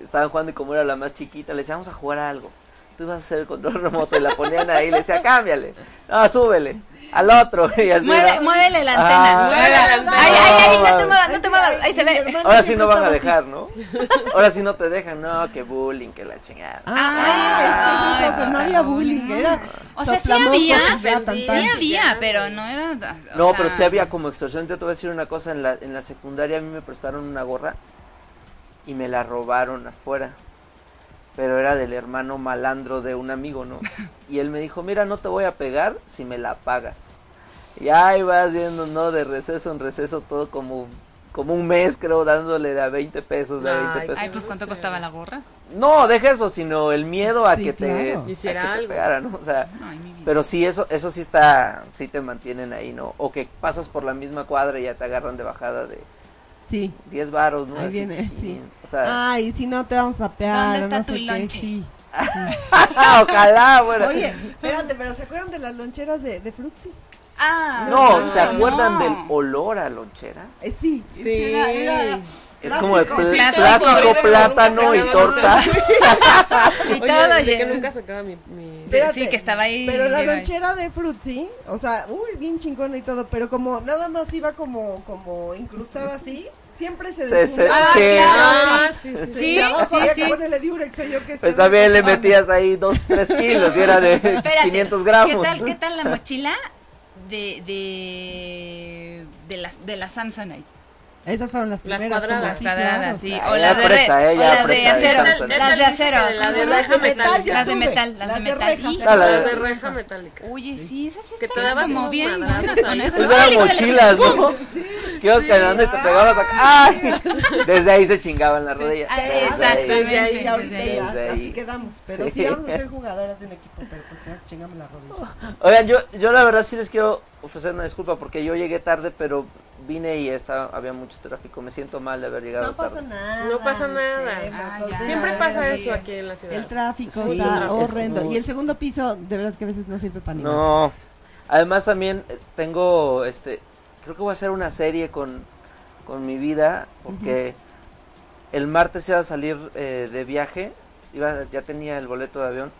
estaban jugando y como era la más chiquita, le decía, vamos a jugar a algo. Tú vas a hacer el control remoto y la ponían ahí y le decía, cámbiale. No, súbele. Al otro. Y así,
Mueve,
¿no?
muévele la
Ah.
antena. muévele la
Muévele la
Ay, ay, ay, no te
antena.
muevas, Ah, no te muevas. Ahí se
Mi
ve.
hermano
Ahora sí
siempre
no van a
estaba así.
dejar, ¿no? Ahora sí no te dejan, no, que bullying, que la chingada.
Ah,
Ay,
eso, pero no había bullying, era
O sea, sí
soplamocos
había,
y ya, tan, tan.
Sí había, pero no era. o
No,
sea,
pero sí había como extorsión. Yo te voy a decir una cosa, en la, en la secundaria a mí me prestaron una gorra y me la robaron afuera. Pero era del hermano malandro de un amigo, ¿no? Y él me dijo, mira, no te voy a pegar si me la pagas. Y ahí vas viendo, ¿no? De receso en receso, todo como, como un mes, creo, dándole de a 20 pesos, de a 20
Ay,
pesos.
Ay, pues cuánto costaba la gorra.
No, deja eso, sino el miedo a
Sí,
que te,
claro.
a que
Hiciera
te
algo.
pegara, ¿no? O sea,
Ay, mi vida.
pero sí, eso, eso sí está, sí te mantienen ahí, ¿no? O que pasas por la misma cuadra y ya te agarran de bajada de
Sí.
10 varos, ¿no?
Ahí viene,
chin.
sí. Ah.
O sea,
Ay, si no te vamos a pegar.
¿Dónde
o no
está
sé
tu
qué,
lonche?
sí.
ah, ojalá, bueno.
Oye, espérate, pero ¿se acuerdan de las loncheras de, de Fruitsy?
Ah,
no, ¿se acuerdan
no.
del olor a lonchera?
Eh, sí,
Sí.
era- era-
Es como el
Plástico,
pl-
sí, todo
plástico,
podrido,
plátano
nunca
y
se acaba,
torta.
Y
Oye,
todo
de que
lleno.
nunca sacaba mi... mi-
Pero-
espérate,
Sí, que estaba ahí,
Pero la
llegó ahí.
lonchera de Fruitsy, o sea, uy, bien chingona y todo, pero como nada más iba como, como incrustada así, siempre se
Se- se-
desinflaba.
sí.
Ah, sí, sí, sí.
Sí,
De abajo
sí,
había que
sí.
ponerle Durex o yo qué sé.
Pues también le
Ah,
metías ahí 2, 3 kilos y era de
Espérate,
500 gramos.
¿Qué tal, qué tal la mochila de, de, de, la, de la Samsonite?
Esas fueron las
Las
primeras.
cuadradas.
como
Las
así, Ah, claro,
cuadradas, sí.
sea,
O
ya
las de,
presa,
re-
eh,
o
ya
las de
presa,
acero.
esa Samsonite.
Las de acero.
Las de
Las
reja metálica.
yo
de
tuve.
metal, las de metal.
rejas,
Híjole.
Ah, la-
Las de reja metálica.
Oye, sí, esas sí
Que te
estaban
dabas
como
unos
bien
madrazos
buenas con
ahí.
esas.
Pues eran
¡Órale, hijo de la
mochilas,
chingada!
¿no? Que ibas caminando y te pegabas acá. ¡Ay! Desde ahí se chingaban las rodillas.
Ah,
Desde ahí.
exactamente.
Desde ahí, ahorita
desde
ya,
ahí.
así quedamos. Pero
Sí.
sí. vamos a ser jugadoras de un equipo, pero por favor, chingame la rodilla.
Oigan, yo, yo la verdad sí les quiero ofrecer una disculpa porque yo llegué tarde, pero vine y estaba, había mucho tráfico. Me siento mal de haber llegado
No pasa
tarde.
nada.
No pasa nada.
Alfredo,
Ah,
todo
ya.
bien.
Siempre
Ah,
pasa
sí.
eso aquí en la ciudad.
El tráfico
Sí, el
está
tráfico es
horrendo.
muy-
Y el segundo piso, de verdad es que a veces no sirve para nada.
No. Además también eh, tengo, este, creo que voy a hacer una serie con, con mi vida porque el martes iba a salir eh, de viaje, iba, ya tenía el boleto de avión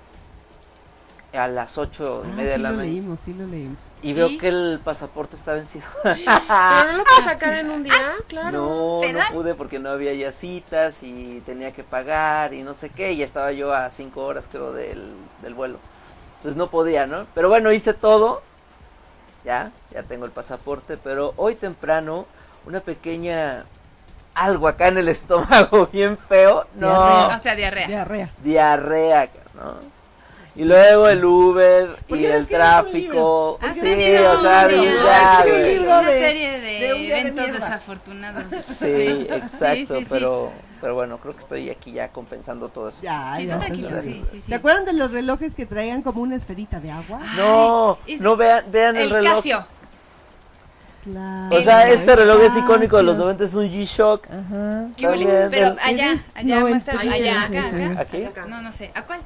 a las ocho y
Ah,
media de
sí
la
lo
mañana.
leímos, sí lo leímos.
Y veo
¿Y?
que el pasaporte está vencido.
Pero no lo puedes sacar en un día, claro.
No,
¿Te
no
dan?
pude porque no había ya citas y tenía que pagar y no sé qué. Y estaba yo a cinco horas, creo, del, del vuelo. Entonces no podía, ¿no? Pero bueno, hice todo. Ya, ya tengo el pasaporte. Pero hoy temprano, una pequeña. Algo acá en el estómago, bien feo. No,
O sea, diarrea.
Diarrea.
diarrea, ¿no? Y luego el Uber
¿Por
y
qué no escribes
el
un
tráfico.
¿Por qué no
Sí,
escribes
o
un
sea,
libro?
ya,
Ah,
escribe un
güey.
libro.
Una
de-
serie de,
de un día de
eventos
mierda.
desafortunados.
Sí, exacto,
Sí, sí, sí.
pero pero bueno, creo que estoy aquí ya compensando todo eso.
Ya,
Sí, tú
ya,
tranquilo,
pues,
sí,
ya.
sí, sí.
¿Se acuerdan de los relojes que
Ah,
traían como una esferita de agua?
No,
Ay, es-
no vean vean el,
El
reloj.
Casio.
Claro.
O sea,
Eso
este reloj es icónico de los
dos
90, es un G-Shock.
Ajá.
¿Qué huele?
También
Pero
del-
allá,
Eres
allá, muéstralo,
noventa y
allá,
tres,
acá, acá.
¿Aquí?
Acá.
No, no sé. ¿A cuál?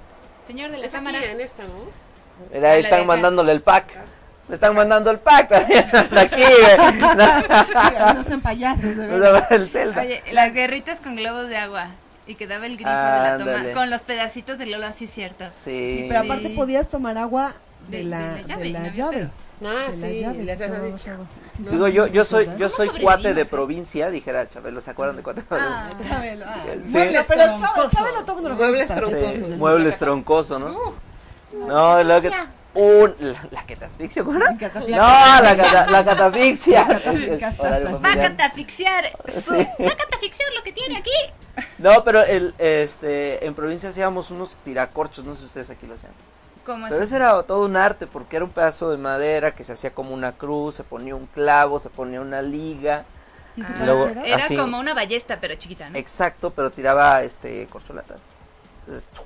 Señor de la
Es aquí,
cámara.
en esta, ¿no?
Mira, ahí
la de
están
acá.
mandándole el pack. Le están mandando el pack también. hasta aquí, güey.
Digan, No sean payasos, de
No,
verdad.
el Zelda.
Oye, las guerritas con globos de agua. Y quedaba el grifo de la toma
Ándale.
con los pedacitos de Lolo, así cierto.
Sí.
Sí, pero aparte
Sí.
podías tomar agua de,
De-
la,
de la llave,
de la
no había
llave.
pedo.
Ah,
de la
sí.
llave,
le hacías así.
tomabas agua. Sí, sí,
Digo,
sí,
yo,
sí,
yo
sí,
soy,
¿verdad?
yo soy
sobrevivimos,
cuate de
eh?
provincia, dijera Chabelo, ¿se acuerdan de cuate de
Ah,
provincia?
Chabelo, ah.
Sí.
Bueno,
Muebles
pero Chabelo,
troncosos.
Chabelo todo el mundo lo
Muebles
conoce.
troncosos.
Sí,
sí.
muebles troncoso, ¿no? No, la que, un, la, la que te asfixia, ¿cómo era? No,
Catafixia.
la, cata- la catafixia.
catafixia.
Horario
Va a
familiar.
catafixiar. Su, Va a catafixiar lo que tiene aquí.
No, pero el, este, en provincia hacíamos unos tiracorchos, no sé si ustedes aquí lo hacían.
¿Cómo
Pero
es?
eso era todo un arte, porque era un pedazo de madera que se hacía como una cruz, se ponía un clavo, se ponía una liga.
¿Y su
Ah,
padre
luego-
era?
Era
así.
como una ballesta, pero chiquita, ¿no?
Exacto, pero tiraba este corcholatas. Entonces, ¡chu!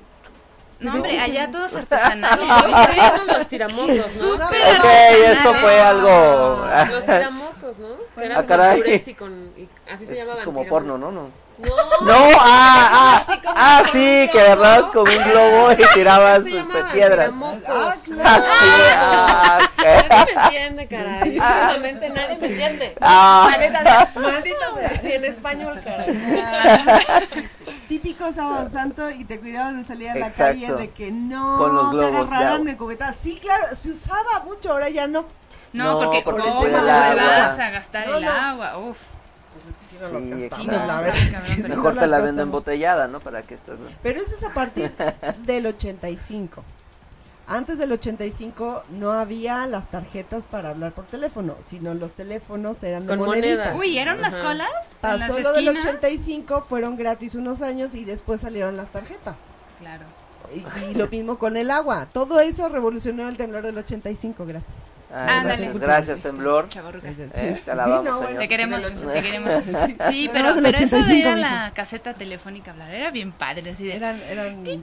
No, hombre, allá todos artesanales.
Los eran los tiramotos, ¿no?
Súper
ok,
artesanales.
esto fue algo.
Los tiramotos, ¿no? Que eran
Ah, caray.
con purex y con... y así se
es,
llamaban.
es como
tiramotos.
porno, ¿no? No,
No,
no ah,
Así
ah,
como
ah,
con
sí,
un
que
globo.
agarrabas con un globo y tirabas
se
Ah, sus
llamaban
piedras.
tiramocos.
Ah,
Ah, sí, ah, ok.
Nadie me entiende, caray. Solamente nadie me entiende.
Ah,
Maldita sea. Maldita sea. Ni en español, caray.
Típico sábado santo y te cuidabas de salir a la
Exacto.
calle de que no
Con los globos de
te agarraran
agua.
de cubeta. Sí, claro, se usaba mucho, ahora ya no.
No,
No,
porque,
porque
¿cómo
te da el
vas
agua.
a gastar
No,
el
no.
agua? Uf.
sí,
Sí,
exacto.
no,
la
está bien, cabrón, pero-
Mejor te la vendo
Gastamos.
embotellada, ¿no? Para que estás.
Pero eso es a partir del 85. Antes del 85 no había las tarjetas para hablar por teléfono, sino los teléfonos eran de
Con
monedita.
moneda.
Uy, ¿eran unas
Ajá.
colas? en las
Pasó lo del
esquinas?
85, fueron gratis unos años y después salieron las tarjetas.
Claro.
Y, y lo mismo con el agua. Todo eso revolucionó el temblor del 85, gracias.
Ah,
Ándale.
gracias, gracias, temblor.
Chavorruca.
Eh, te alabamos,
Sí, no,
señor.
Te queremos, te queremos. Sí,
Nos
pero,
vemos en
pero eso
85,
de ir a
mijo.
la caseta telefónica a hablar era bien padre, así de...
Eran, eran...
y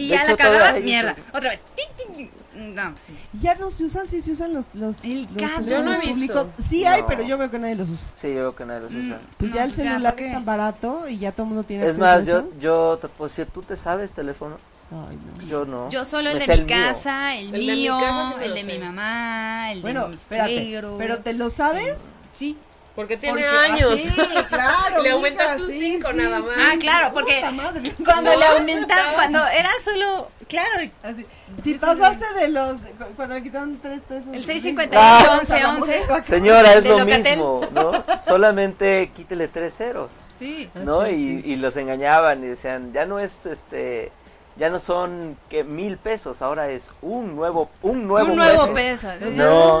de
ya
hecho,
la cagabas,
todavía hay
mierda.
esos.
Otra vez. Tin, tin, tin. No, pues sí.
Ya no se usan, sí se usan los, los,
El
los
cable.
Yo no he
teléfonos
visto.
públicos. Sí hay,
No.
pero yo veo que nadie los usa.
Sí, yo creo que nadie los usa.
Mm,
Pues
no,
ya el
pues
celular
¿para qué?
es tan barato y ya todo el mundo tiene
Es
acceso a
más,
eso.
yo, yo te puedo decir, ¿tú te sabes teléfono?
Ay, no.
Yo no.
Yo solo el
Me
de
sé
mi
el mío.
casa, el,
El de mi
mío,
casa sí me
el
lo
de
sé.
mi mamá, el de
Bueno,
mi
espérate,
suegro.
pero ¿te lo sabes?
Sí.
Porque tiene
Porque- ah,
años.
sí, claro.
Le
mija,
aumentas un
sí,
cinco
sí,
nada
sí.
más.
Ah, claro, porque
Puta madre.
cuando
No,
le aumentaban,
estabas-
cuando era solo, claro,
Así, Si pasaste de los. cu- Cuando le quitaron 3 pesos.
El
Ah.
658 11 11.
Señora, es
De
lo
Locatel.
mismo, ¿no? Solamente quítele tres ceros,
Sí.
¿no? Y, y los engañaban y decían, ya no es este. Ya no son que mil pesos, ahora es un nuevo, un nuevo,
Un nuevo
peso.
peso.
No.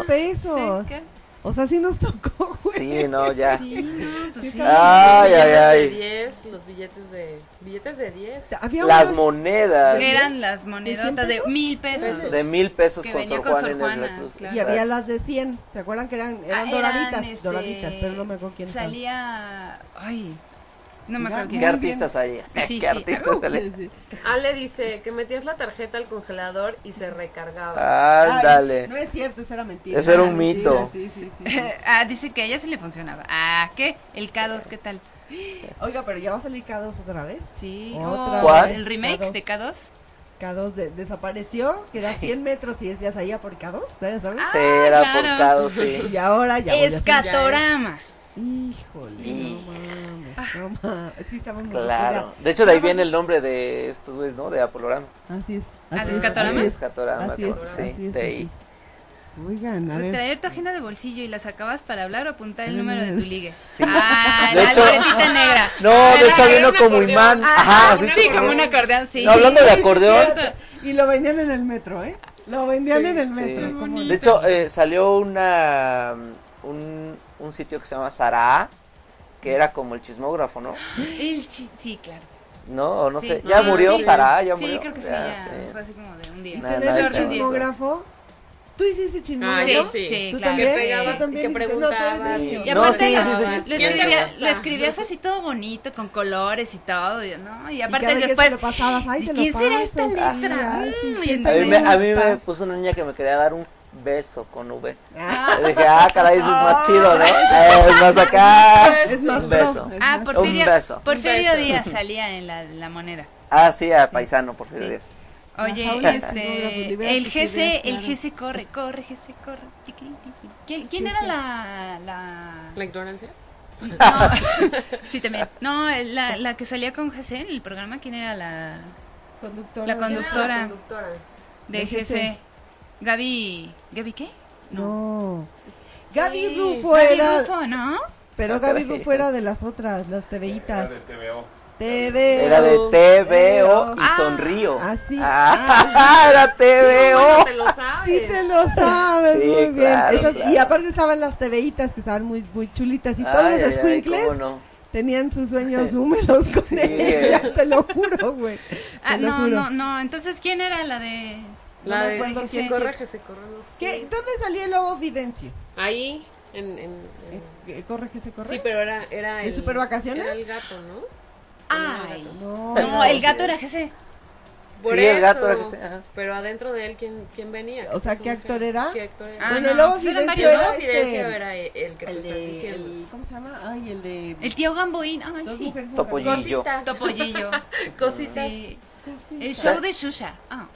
No.
Sí,
pesos.
¿qué?
O sea, sí nos tocó, güey.
Sí, no, ya.
Sí, no, pues sí.
Los
Ay, ay,
billetes de
ay.
10, los billetes de... Billetes de 10.
Había
Las
unos-
monedas
Que eran las monedotas de mil pesos.
de mil pesos
Que
con
venía
Sor
con
Juana
Sor
Inés de la
Juana,
Cruz.
claro.
Y había las de 100. ¿Se acuerdan que eran,
Ah,
eran doraditas?
eran, este,
Doraditas, pero no me acuerdo quién eran.
Salía. Ay. No me
Ya,
acuerdo
¿Qué
quién.
artistas hay?
Sí,
¿Qué
sí.
artistas sale?
Sí, sí.
Ale dice que metías la tarjeta al congelador y se recargaba.
Ay, No
Ándale.
es cierto, eso era mentira.
Eso era un
mentira,
mito.
Sí, sí, sí, sí.
ah, dice que a ella sí le funcionaba. Ah, ¿qué? El K2, ¿qué tal?
Oiga, pero ya va a salir K2 otra vez.
Sí.
Otra
oh,
¿Cuál?
El remake
K2.
de K2.
K2 de- desapareció, que era 100 metros y decías ahí a por K2, ¿sabes? ¿Sabes?
Sí, era
Ah, claro.
portado, sí.
Y ahora ya.
¿eh?
voy a hacer-
Escatorama.
Híjole, no
Ah.
mames, no mames. Sí, estamos muy
Claro.
locura.
De hecho, de ahí viene el nombre de estos güeyes, ¿no? De Apolorama.
Así es.
¿Ah,
así
de
es,
Escatorama?
así
Sí,
es.
Escatorama.
Así es,
creo.
así
Sí,
es,
de
así
ahí.
Oigan, a ver.
Traer tu agenda de bolsillo y la sacabas para hablar o apuntar el
Mm.
número de tu ligue.
Sí.
Ah,
De
la
hecho-
libretita negra.
No,
Ah,
de
era-
hecho,
era
vino
una-
como imán. Ajá,
sí,
así
como un acordeón, sí.
No, hablando de acordeón.
Y lo vendían en el metro, ¿eh? Lo vendían en el metro.
Sí.
como-
De hecho, eh, salió una mm, un, un sitio que se llama Saraa, que era como el chismógrafo, ¿no?
El chi- sí, claro.
No, o no
Sí.
sé. ¿Ya
Sí,
murió
sí.
Saraa? ¿Ya
sí,
murió?
creo que sí,
Ya,
ya. Pues,
sí.
Fue así como de un día.
Y
No,
tener
no,
el
ese otro.
chismógrafo. ¿Tú hiciste
Ah,
chismógrafo?
¿no?
yo sí.
Sí,
¿Tú
claro.
también?
Que pegaba,
¿Tú también
que
hiciste? No, tú
preguntaba.
eres
Sí.
Y
necio.
No,
aparte,
sí, sí, sí, sí.
lo, escribía- lo escribías así todo bonito, con colores y todo, y- ¿no? Y aparte
cada vez que
después,
te lo pasabas, ay,
¿y
se lo
¿quién será
paso.
esta letra?
Ay, sí,
Mm,
qué
y
A mí,
entonces-
me, a mí me
Pregunta.
puso una niña que me quería dar un beso con V. Y dije, ah, caray, eso es más chido, ¿no? Eh, es más acá.
Es más
Un
pro.
beso.
Es
Ah,
más pro.
Porfirio,
Un beso.
Porfirio
Un beso.
Díaz salía en la, la moneda.
Ah, sí, a paisano, por favor.
Sí. Oye,
Ajá, oye,
este,
sí, no,
el
sí, sí,
GC, el
claro.
GC corre, corre, GC corre. tiqui, tiqui. ¿Quién, quién era la, la...
¿La ignorancia?
No, sí, también. No, la, la que salía con GC en el programa, ¿quién era la
Conductor.
La condu- Conductora.
Era la conductora.
de
De
GC?
GC.
Gaby, ¿Gaby qué?
No.
Sí.
Gaby Rufo
Gaby
era.
Rufo, ¿no?
Pero Gaby Rufo era de las otras, las TVitas. TV.
Era de TVO y
Ah,
sonrío.
ah, sí.
Ah, era
Bueno,
TVO.
te lo sabes.
Sí te lo sabes,
Sí,
muy bien.
claro,
Esas-
claro.
Y aparte estaban las TVitas que estaban muy, muy chulitas y todos
Ay, ay,
los
ay,
escuincles
cómo no.
tenían sus sueños húmedos con
Sí,
ella,
eh.
te lo juro, güey.
Ah,
Te lo
no,
juro.
no, no. Entonces, ¿quién era la de...?
La
No
de
me acuerdo
que
quién.
se corre, que se corre, no sé.
¿Qué? ¿Dónde salía el lobo Fidencio?
Ahí, en... en- en-
Eh, Corre que se corre.
Sí, pero era, era
¿De
el...
Supervacaciones?
Era el gato, ¿no?
Ay,
No,
no, el gato era GC.
Sí, el gato era que se- ajá.
Pero adentro de él, ¿quién, quién venía?
O sea,
su
¿qué
mujer?
actor era?
¿Qué actor era?
Ah,
Bueno, el
no,
lobo
pues eran
Fidencio
Yo
era
varios.
no
este.
Fidencio era el- el que te
el
pues,
estás
de,
diciendo.
el- ¿Cómo se llama? Ay, el de.
El tío Gamboín, ay,
Dos
Este, sí.
mujeres, un
Topollillo.
gato.
Topollillo.
Cositas.
Topollillo.
Cositas.
Sí.
Cosita.
El show de Shusha. Ah.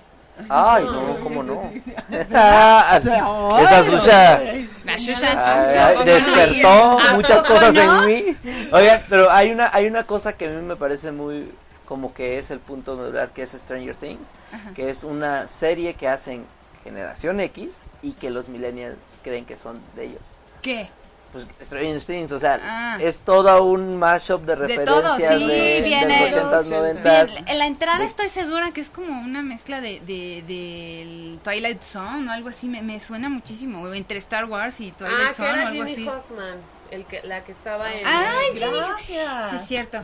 Ay, no, cómo no. Ah, Esa Susha
La
ah,
Shusha.
despertó
¿A
muchas
poco
cosas
no?
en mí. Oigan, pero hay una, hay una cosa que a mí me parece muy como que es el punto medular, que es Stranger Things, que es una serie que hacen generación X y que los millennials creen que son de ellos.
¿Qué?
Pues Stranger Things, o sea,
Ah.
es todo un mashup de
De todo,
referencias
sí,
de,
viene-
de los 80s,
Bien,
90s.
Bien, en la entrada estoy segura que es como una mezcla de, de, del Twilight Zone o algo así. Me, me suena muchísimo. o Entre Star Wars y Twilight
Ah, que
Zone o
era
algo
Jimmy
así.
Hoffman, el que, la que
Ah.
estaba en...
Ay, Jimmy. Sí, es
Gracias.
cierto.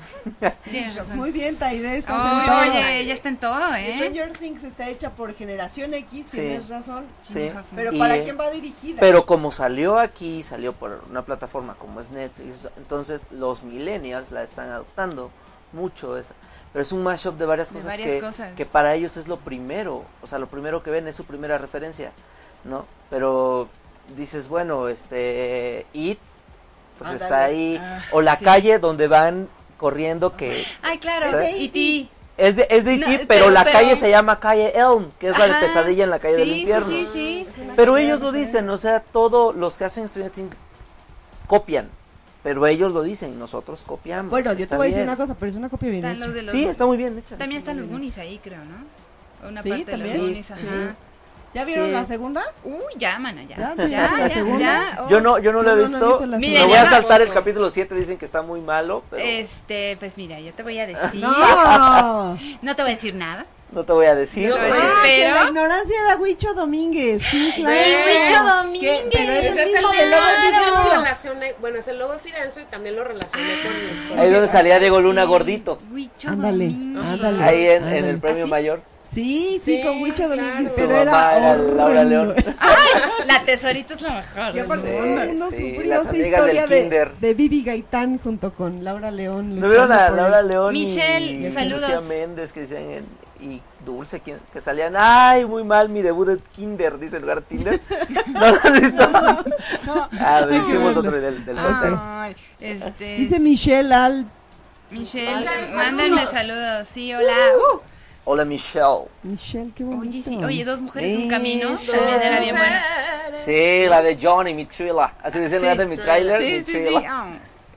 Tienes razón.
Muy bien, Taide. estás en todo.
Oye, ya está en todo,
Y
¿eh?
Stranger Things está hecha por generación X,
Sí.
tienes razón.
Sí.
Pero
Y-
¿para quién va dirigida?
Pero como salió aquí, salió por una plataforma como es Netflix, entonces los millennials la están adoptando mucho esa. Pero es un mashup de varias
De
cosas,
varias
que,
cosas.
que para ellos es lo primero, o sea, lo primero que ven es su primera referencia, ¿no? Pero dices, bueno, este, It, pues
Ándale.
está ahí,
Ah,
o la
sí.
calle donde van corriendo que
Ay, claro.
¿Sabes?
Y ti.
es de, es de
No,
It, pero,
pero-
la
pero-
calle se llama calle Elm, que es la
Ajá.
de pesadilla en la calle
Sí,
del infierno.
Sí, sí, sí.
Pero ellos lo dicen, o sea, todos los que hacen Stranger Things copian, pero ellos lo dicen, nosotros copiamos.
bueno, yo
está
te voy a decir
bien.
una cosa, pero es una copia bien
Están
hecha.
los de los
Sí, está muy bien hecha.
También están los Goonies ahí, creo, ¿no? Una
Sí,
parte de los
también.
Goonies, ajá.
¿Ya vieron
Sí.
la segunda?
Uy, ya, mana, ya.
Ya,
Ya,
ya,
ya,
la
ya.
segunda.
oh.
Yo no, yo no lo he visto.
la
Miren,
Me
segunda.
voy a
ya-
saltar el capítulo 7, dicen que está muy malo, pero
Este, pues mira, yo te voy a decir.
No.
No te voy a decir nada.
no te voy a decir.
No te voy a
porque-
decir.
Ah, que
Ah, Pero-
la ignorancia era Huicho Domínguez. Sí, claro.
Huicho
Que- Pero es
Domínguez.
Ese
el
es el
mismo del Lobo
mismo, yo lo
Fidencio.
relacioné- bueno, es el lobo Fidencio y también lo relacioné con...
Ahí es donde salía Diego Luna gordito,
Huicho
Ándale,
Domínguez.
ándale.
ahí en, en el
ándale.
premio
¿Ah, sí?
mayor.
Sí, sí,
Sí,
con Huicho Domínguez.
claro.
Su
Pero
mamá
era.
era Laura
horrendo.
León.
¡Ay! La tesorita es la mejor.
Y aparte,
Sí,
todo el mundo
sí,
sufrió
las
esa
amigas
historia
del
de,
kinder.
de Vivi Gaitán junto con Laura León.
¿No vieron a
luchando por el-
Laura León? y-
Michelle,
y
saludos.
Lucía Méndez que dicen en- y Dulce ¿quién? que salían, ay, muy mal mi debut de Kinder, dice el lugar Tinder. ¿No lo has visto? ah,
que
hicimos
verlo.
otro del,
Ah.
del soltero.
Ay, este.
Dice Michelle Al.
Michelle,
Hola,
mándenme
saludos.
saludos. Sí, hola.
Hola Michelle.
Michelle, qué
Uh,
Uh, bonito.
oye, sí, oye, dos mujeres, un
Sí,
camino.
dos
También era bien bueno.
Ah,
Sí, la de Johnny, mi thriller. Así decían
Sí.
la de mi trailer,
Sí,
mi
sí, sí.
thriller.
ah,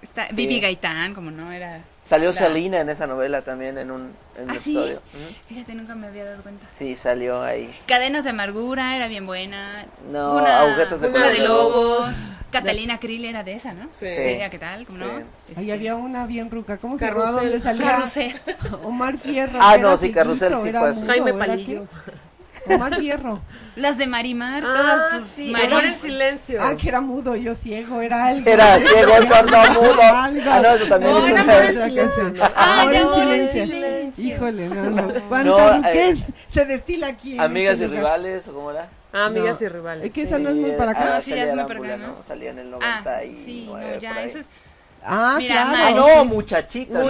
está,
Sí.
Vivi Gaitán, como no era.
Salió
La-
Selena en esa novela también en un, en un
¿Ah, sí?
episodio. Ujú.
Fíjate, nunca me había dado cuenta.
Sí, salió ahí.
Cadenas de amargura, era bien buena.
No, agujetas de
una
color
de
de
lobos. Catalina Krill era de esa, ¿no?
Sí.
Mira, ¿Qué tal? ¿Cómo
Sí.
no?
Ahí
Este,
había una bien ruca. ¿Cómo se llamaba?
Carrusel.
¿Dónde salía?
Carrusel.
Omar Fierro.
Ah,
que era
no, sí, Carrusel
chiquito,
sí
era
fue así.
mudo,
Jaime
era
Palillo.
que- Omar Fierro.
Las de Marimar,
Ah,
todas sus Marimar-
Amor en silencio.
Ah, que era mudo, yo ciego, era algo.
Era ciego, sordo, mudo.
Algo.
Ah, no, eso también
No,
es
era
un
amor en
otra canción.
Ah,
Amor
de
en
amor en
silencio.
silencio.
Híjole, no, no.
No,
Cuánta
eh,
ruquez se destila aquí. en
Amigas
este
y
lugar.
rivales, ¿o cómo era?
Ah, amigas
No.
y rivales.
Es que esa no es muy para acá.
Ah, sí, ya es muy para acá, ¿no?
Salía en el 90
Ah,
y
sí,
nueve,
no,
por
ya,
ahí.
eso es.
Ah,
Mira,
claro.
Ay, Mario.
no, muchachitas.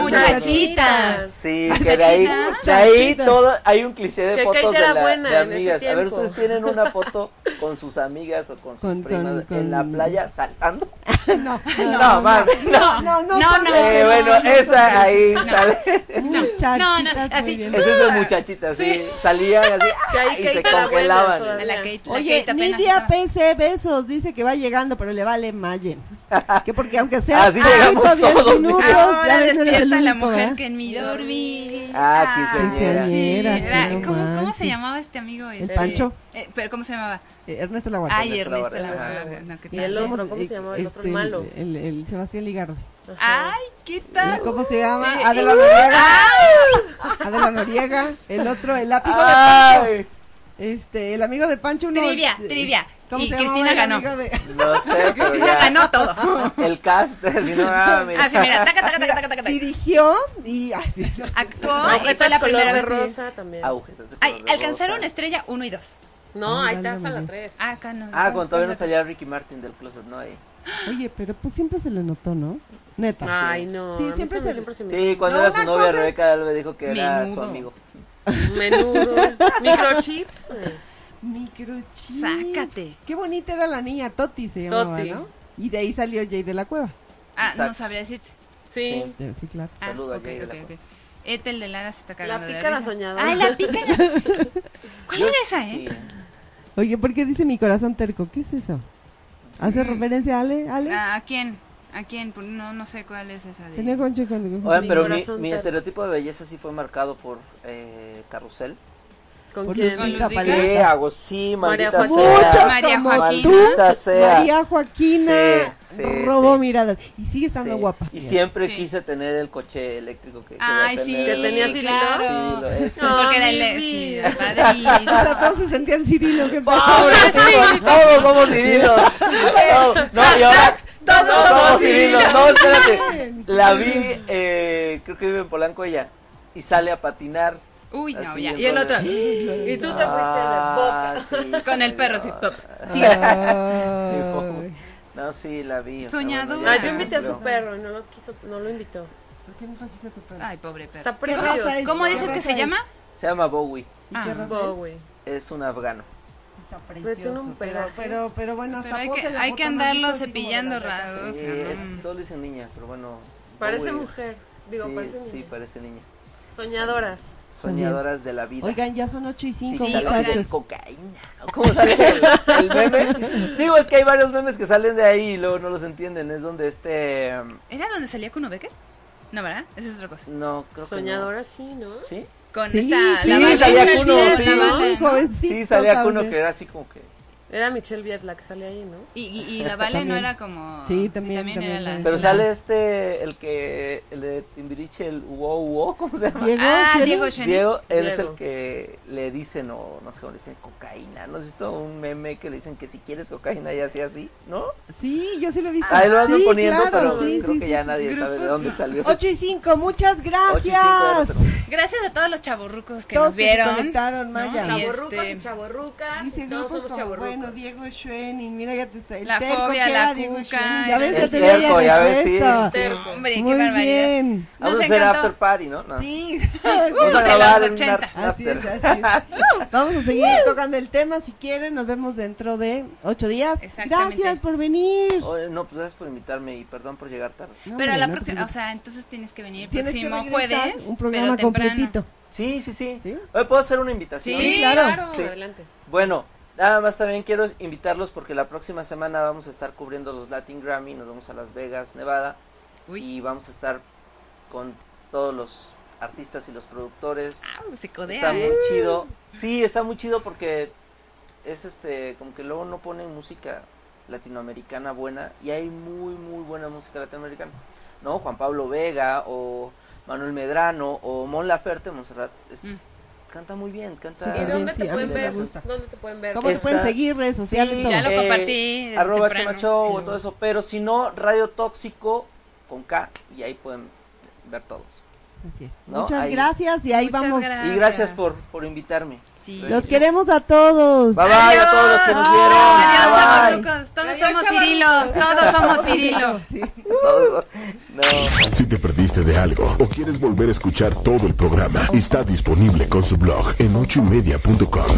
Muchachitas.
Sí, que de ahí,
Muchachitas.
de ahí
Muchachitas.
todo, hay un cliché de
Que
fotos
Kate
de,
era
la-
buena
de
en ese
amigas. A ver,
tiempo.
ustedes tienen una foto con sus amigas o con sus
Con-
primas
con-
en la
con-
playa saltando.
No,
No, mames, no.
no, no,
No,
son
no,
de-
Eh,
no,
bueno,
no,
esa ahí
no.
sale.
Muchachitas,
No, no,
muy
así.
bien.
Es esas muchachitas, sí. Salían así
Que ahí
¡ay! y
Kate
se
era buena
congelaban.
todavía.
La Kate, la
Oye,
Kate apenas
Nidia
estaba.
PC Besos dice que va llegando, pero le vale Mayen. Que porque aunque sea
Así llegamos
poquito, diez
todos,
minutos,
Ahora
ya ves, no eres el
despierta
único,
la
¿eh?
mujer
¿verdad?
que en mi dormí.
Ah, quinceañera.
Ay, sí,
Quinceañera,
era-
sí, no
¿cómo, cómo
manches.
se llamaba este amigo?
El
Este,
Pancho,
eh, pero ¿cómo se llamaba?
eh, Ernesto La
Ay,
Ernesto
Ernesto
Lavalle.
Lavalle, no, ¿qué
Y
tal?
el otro, ¿cómo se llamaba el otro? El malo.
este, El, el Sebastián Ligarde.
Ay, ¿qué tal?
¿Cómo se llama?
Eh,
Adela
eh, ¡ah!
Noriega.
¡Ay!
Adela Noriega. El otro, el amigo de Pancho.
Ay,
Este, el amigo de Pancho. Uno,
Trivia,
eh,
trivia.
¿Cómo
Y
se llamaba
Cristina
el
ganó.
amigo de-
no sé, pero
Cristina
ya.
ganó Ah, todo.
El cast, si no, ah, mira.
Así, mira, taca, taca, taca, taca, taca, taca.
Dirigió y... ay, sí.
Actuó y fue
Agujetas
la
color
primera
de
vez.
rosa también.
Auges, así
Ay,
color de
alcanzaron este
rosa.
estrella 1 y 2.
No,
Ay,
ahí está hasta
válgame
la
Dios.
3.
Ah, acá no.
Ah, cuando todavía no salía Ricky Martin del closet, ¿no? Ahí.
Oye, pero pues siempre se le notó, ¿no? Neta.
Ay, no.
Sí,
a mí
siempre
me-
se-
siempre se me
Sí, cuando
No,
era su
una
novia,
cosa es-
Rebeca Alba dijo que era su
Menudo.
amigo.
Menudo. Microchips. güey.
Microchip.
Sácate.
Qué bonita era la niña, Toti se llamaba,
Toti.
¿no? Y de ahí salió Jay de la Cueva.
Ah, no
Exacto.
sabría decirte.
Sí.
Eh, Sí, claro.
Ah,
Saludo a
ok,
Jay de
ok,
la
ok. Ethel de Lara se está cagando de
pícara
risa.
soñadora.
Ay, la pícara. ¿Cuál
Yo-
era esa, eh?
sí.
Oye, ¿por qué dice mi corazón terco? ¿Qué es eso? ¿Hace referencia a Ale? ¿Ale?
Ah, ¿A quién? ¿A quién? Pues No, no sé cuál es esa. de-
Tenía concha con...
Oigan,
Mi
pero mi,
corazón
mi
te-
estereotipo de belleza sí fue marcado por eh, Carrusel.
¿Con
Por
quién?
Luz
Luz Paleta.
Sí, hago sí,
María
maldita
Joaquina.
Muchos
sea.
María
como
Joaquina.
tú,
Maldita sea.
María Joaquina
Sí, sí,
robó
sí.
miradas y sigue estando
Sí.
guapa.
Y siempre
Sí.
quise tener el coche eléctrico que quería
Ay, sí.
tener.
Que tenía Cirilo.
claro.
Sí, lo- ese.
No,
Porque era
mi
el... Sí,
vida.
O sea,
padrísimo.
todos se sentían Cirilo. Que
¡Pobre Cirilo! Todos somos cirilos. No, no, y ahora-
todos
todos
somos
somos cirilos. No, espérate.
Bien.
La vi, eh, creo que vive en Polanco ella, y sale a patinar.
Uy, no,
Así, Ah,
ya.
Y el otro,
Y tú te fuiste a la boca.
Con el perro, sí, pop. Sí.
Ay.
No, sí, la vi. o sea,
Soñadora.
bueno,
Ah,
ya
yo invité a su
sufrió.
perro y no lo quiso, no lo invitó.
Ay, pobre perro.
Está
¿Qué
precioso.
raza es?
¿Cómo
¿Qué
dices que
raza
se
es?
llama?
Se llama Bowie.
Ah,
Bowie.
Es un afgano.
Está
Pero tiene un
precioso. Pero,
pelaje.
pero, pero bueno, hasta
Pero hay que,
pose la
hay
foto
que
más
andarlo
bonito, así como
cepillando
de la-
raros. o
Sí,
sea, no.
Eh, es, todos le dicen niña, pero bueno.
Parece
Bowie-
mujer. Digo,
sí,
parece
sí,
mujer.
parece niña.
Soñadoras.
Soñadoras de la vida.
Oigan, ya son 8 y
Sí,
5,
sí,
oigan.
sale
muchachos.
cocaína. ¿no? ¿Cómo sale el, el meme? Digo, es que hay varios memes que salen de ahí y luego no los entienden. Es donde este. em,
¿Era donde salía Kuno Becker? No, ¿verdad? Esa es otra cosa.
No, creo
Soñadoras, sí, ¿no?
que. No. ¿Sí?
Con
Sí,
esta.
sí,
la Vale,
salía
la
Kuno,
Vale,
sí.
la Vale,
Muy
¿no?
jovencito.
Sí, salía uno
también.
que era así como que.
Era Michelle Viet la que salía ahí, ¿no?
Y, y, y la Vale no
También.
era como.
Sí, también, también,
era la.
también.
Pero
la- Ah,
sale este, el que. El de Timbiriche, el Uo Uo, ¿cómo se llama?
Diego,
Ah,
Shelley.
Diego Schwenning.
Diego, él es
Diego.
el que le dicen, o no sé cómo le dicen, cocaína. ¿No has visto un meme que le dicen que si quieres cocaína y así, así? ¿No?
Sí, yo sí lo he visto.
Ahí lo ando
Ah, sí,
poniendo,
claro,
pero
sí,
creo
sí,
que
sí,
ya
sí.
nadie sabe de dónde salió.
8 y 5, muchas
Ocho y cinco, ahora
gracias.
tenemos.
Gracias a todos los chavorrucos que
Todos
nos
que se
vieron.
conectaron,
¿no?
Maya.
Y
Chavorrucos y
este,
chavorrucas.
Dice
todos
grupos
somos
como,
chavorrucos.
bueno, Diego Schwenning, mira, ya te está... el
La
terco
fobia,
que
la
era Diego
cuca,
Schwenning, Ya ves,
el
ya te
terco,
habían
ya ves, sí,
respuesto.
sí,
Terco.
hombre,
Muy
qué barbaridad.
bien.
Vamos
Nos
a hacer after
encantó.
party, ¿no? No.
Sí,
Vamos
Uh,
a
de
grabar
los
en
80.
una
así es,
after.
así es. Vamos a seguir tocando el tema si quieren. Nos vemos dentro de ocho días.
Exactamente.
Gracias por venir.
Oye, no, pues gracias por invitarme y perdón por llegar tarde.
No,
Pero
hombre,
la
no te
próxima, o
preocupes.
sea, entonces tienes que venir el
Tienes que
próximo
regresar,
jueves,
un
pero
programa
temprano.
completito.
Sí, sí, sí.
¿Sí?
Oye, ¿puedo hacer una invitación?
Sí,
claro.
Claro,
Sí.
adelante.
Bueno, nada más también quiero invitarlos porque la próxima semana vamos a estar cubriendo los Latin Grammy, nos vamos a Las Vegas, Nevada
Uy,
y vamos a estar con todos los artistas y los productores.
au, se codea,
Está
¿eh?
muy chido. Sí, está muy chido porque es este, como que luego no ponen música latinoamericana buena y hay muy, muy buena música latinoamericana. ¿No? Juan Pablo Vega o Manuel Medrano o Mon Laferte, Monserrat. es-
Mm.
Canta muy bien, canta.
Súper
¿Y dónde
Ah, sí,
te
a mí
pueden
sí me
ver?
gusta.
¿Dónde te pueden ver?
¿Cómo se
Está-
pueden seguir? Redes sociales,
Sí,
todo.
Ya lo
eh,
compartí desde
arroba
temprano.
Chemacho
Sí,
o
lo-
todo eso. Pero si no, Radio Tóxico con K y ahí pueden ver todos.
Así es.
¿No?
Muchas
Ahí.
gracias y ahí
Muchas
vamos.
gracias.
Y gracias por, por invitarme.
Sí.
Los queremos a todos.
Bye bye a todos los que nos vieron.
Adiós,
Bye, bye.
chavorrucos. Todos
Adiós,
somos Cirilo. Todos
chavorrucos.
somos Cirilo.
Sí.
Todos. No.
Si te perdiste de algo o quieres volver a escuchar todo el programa, está disponible con su blog en ochoymedia.com.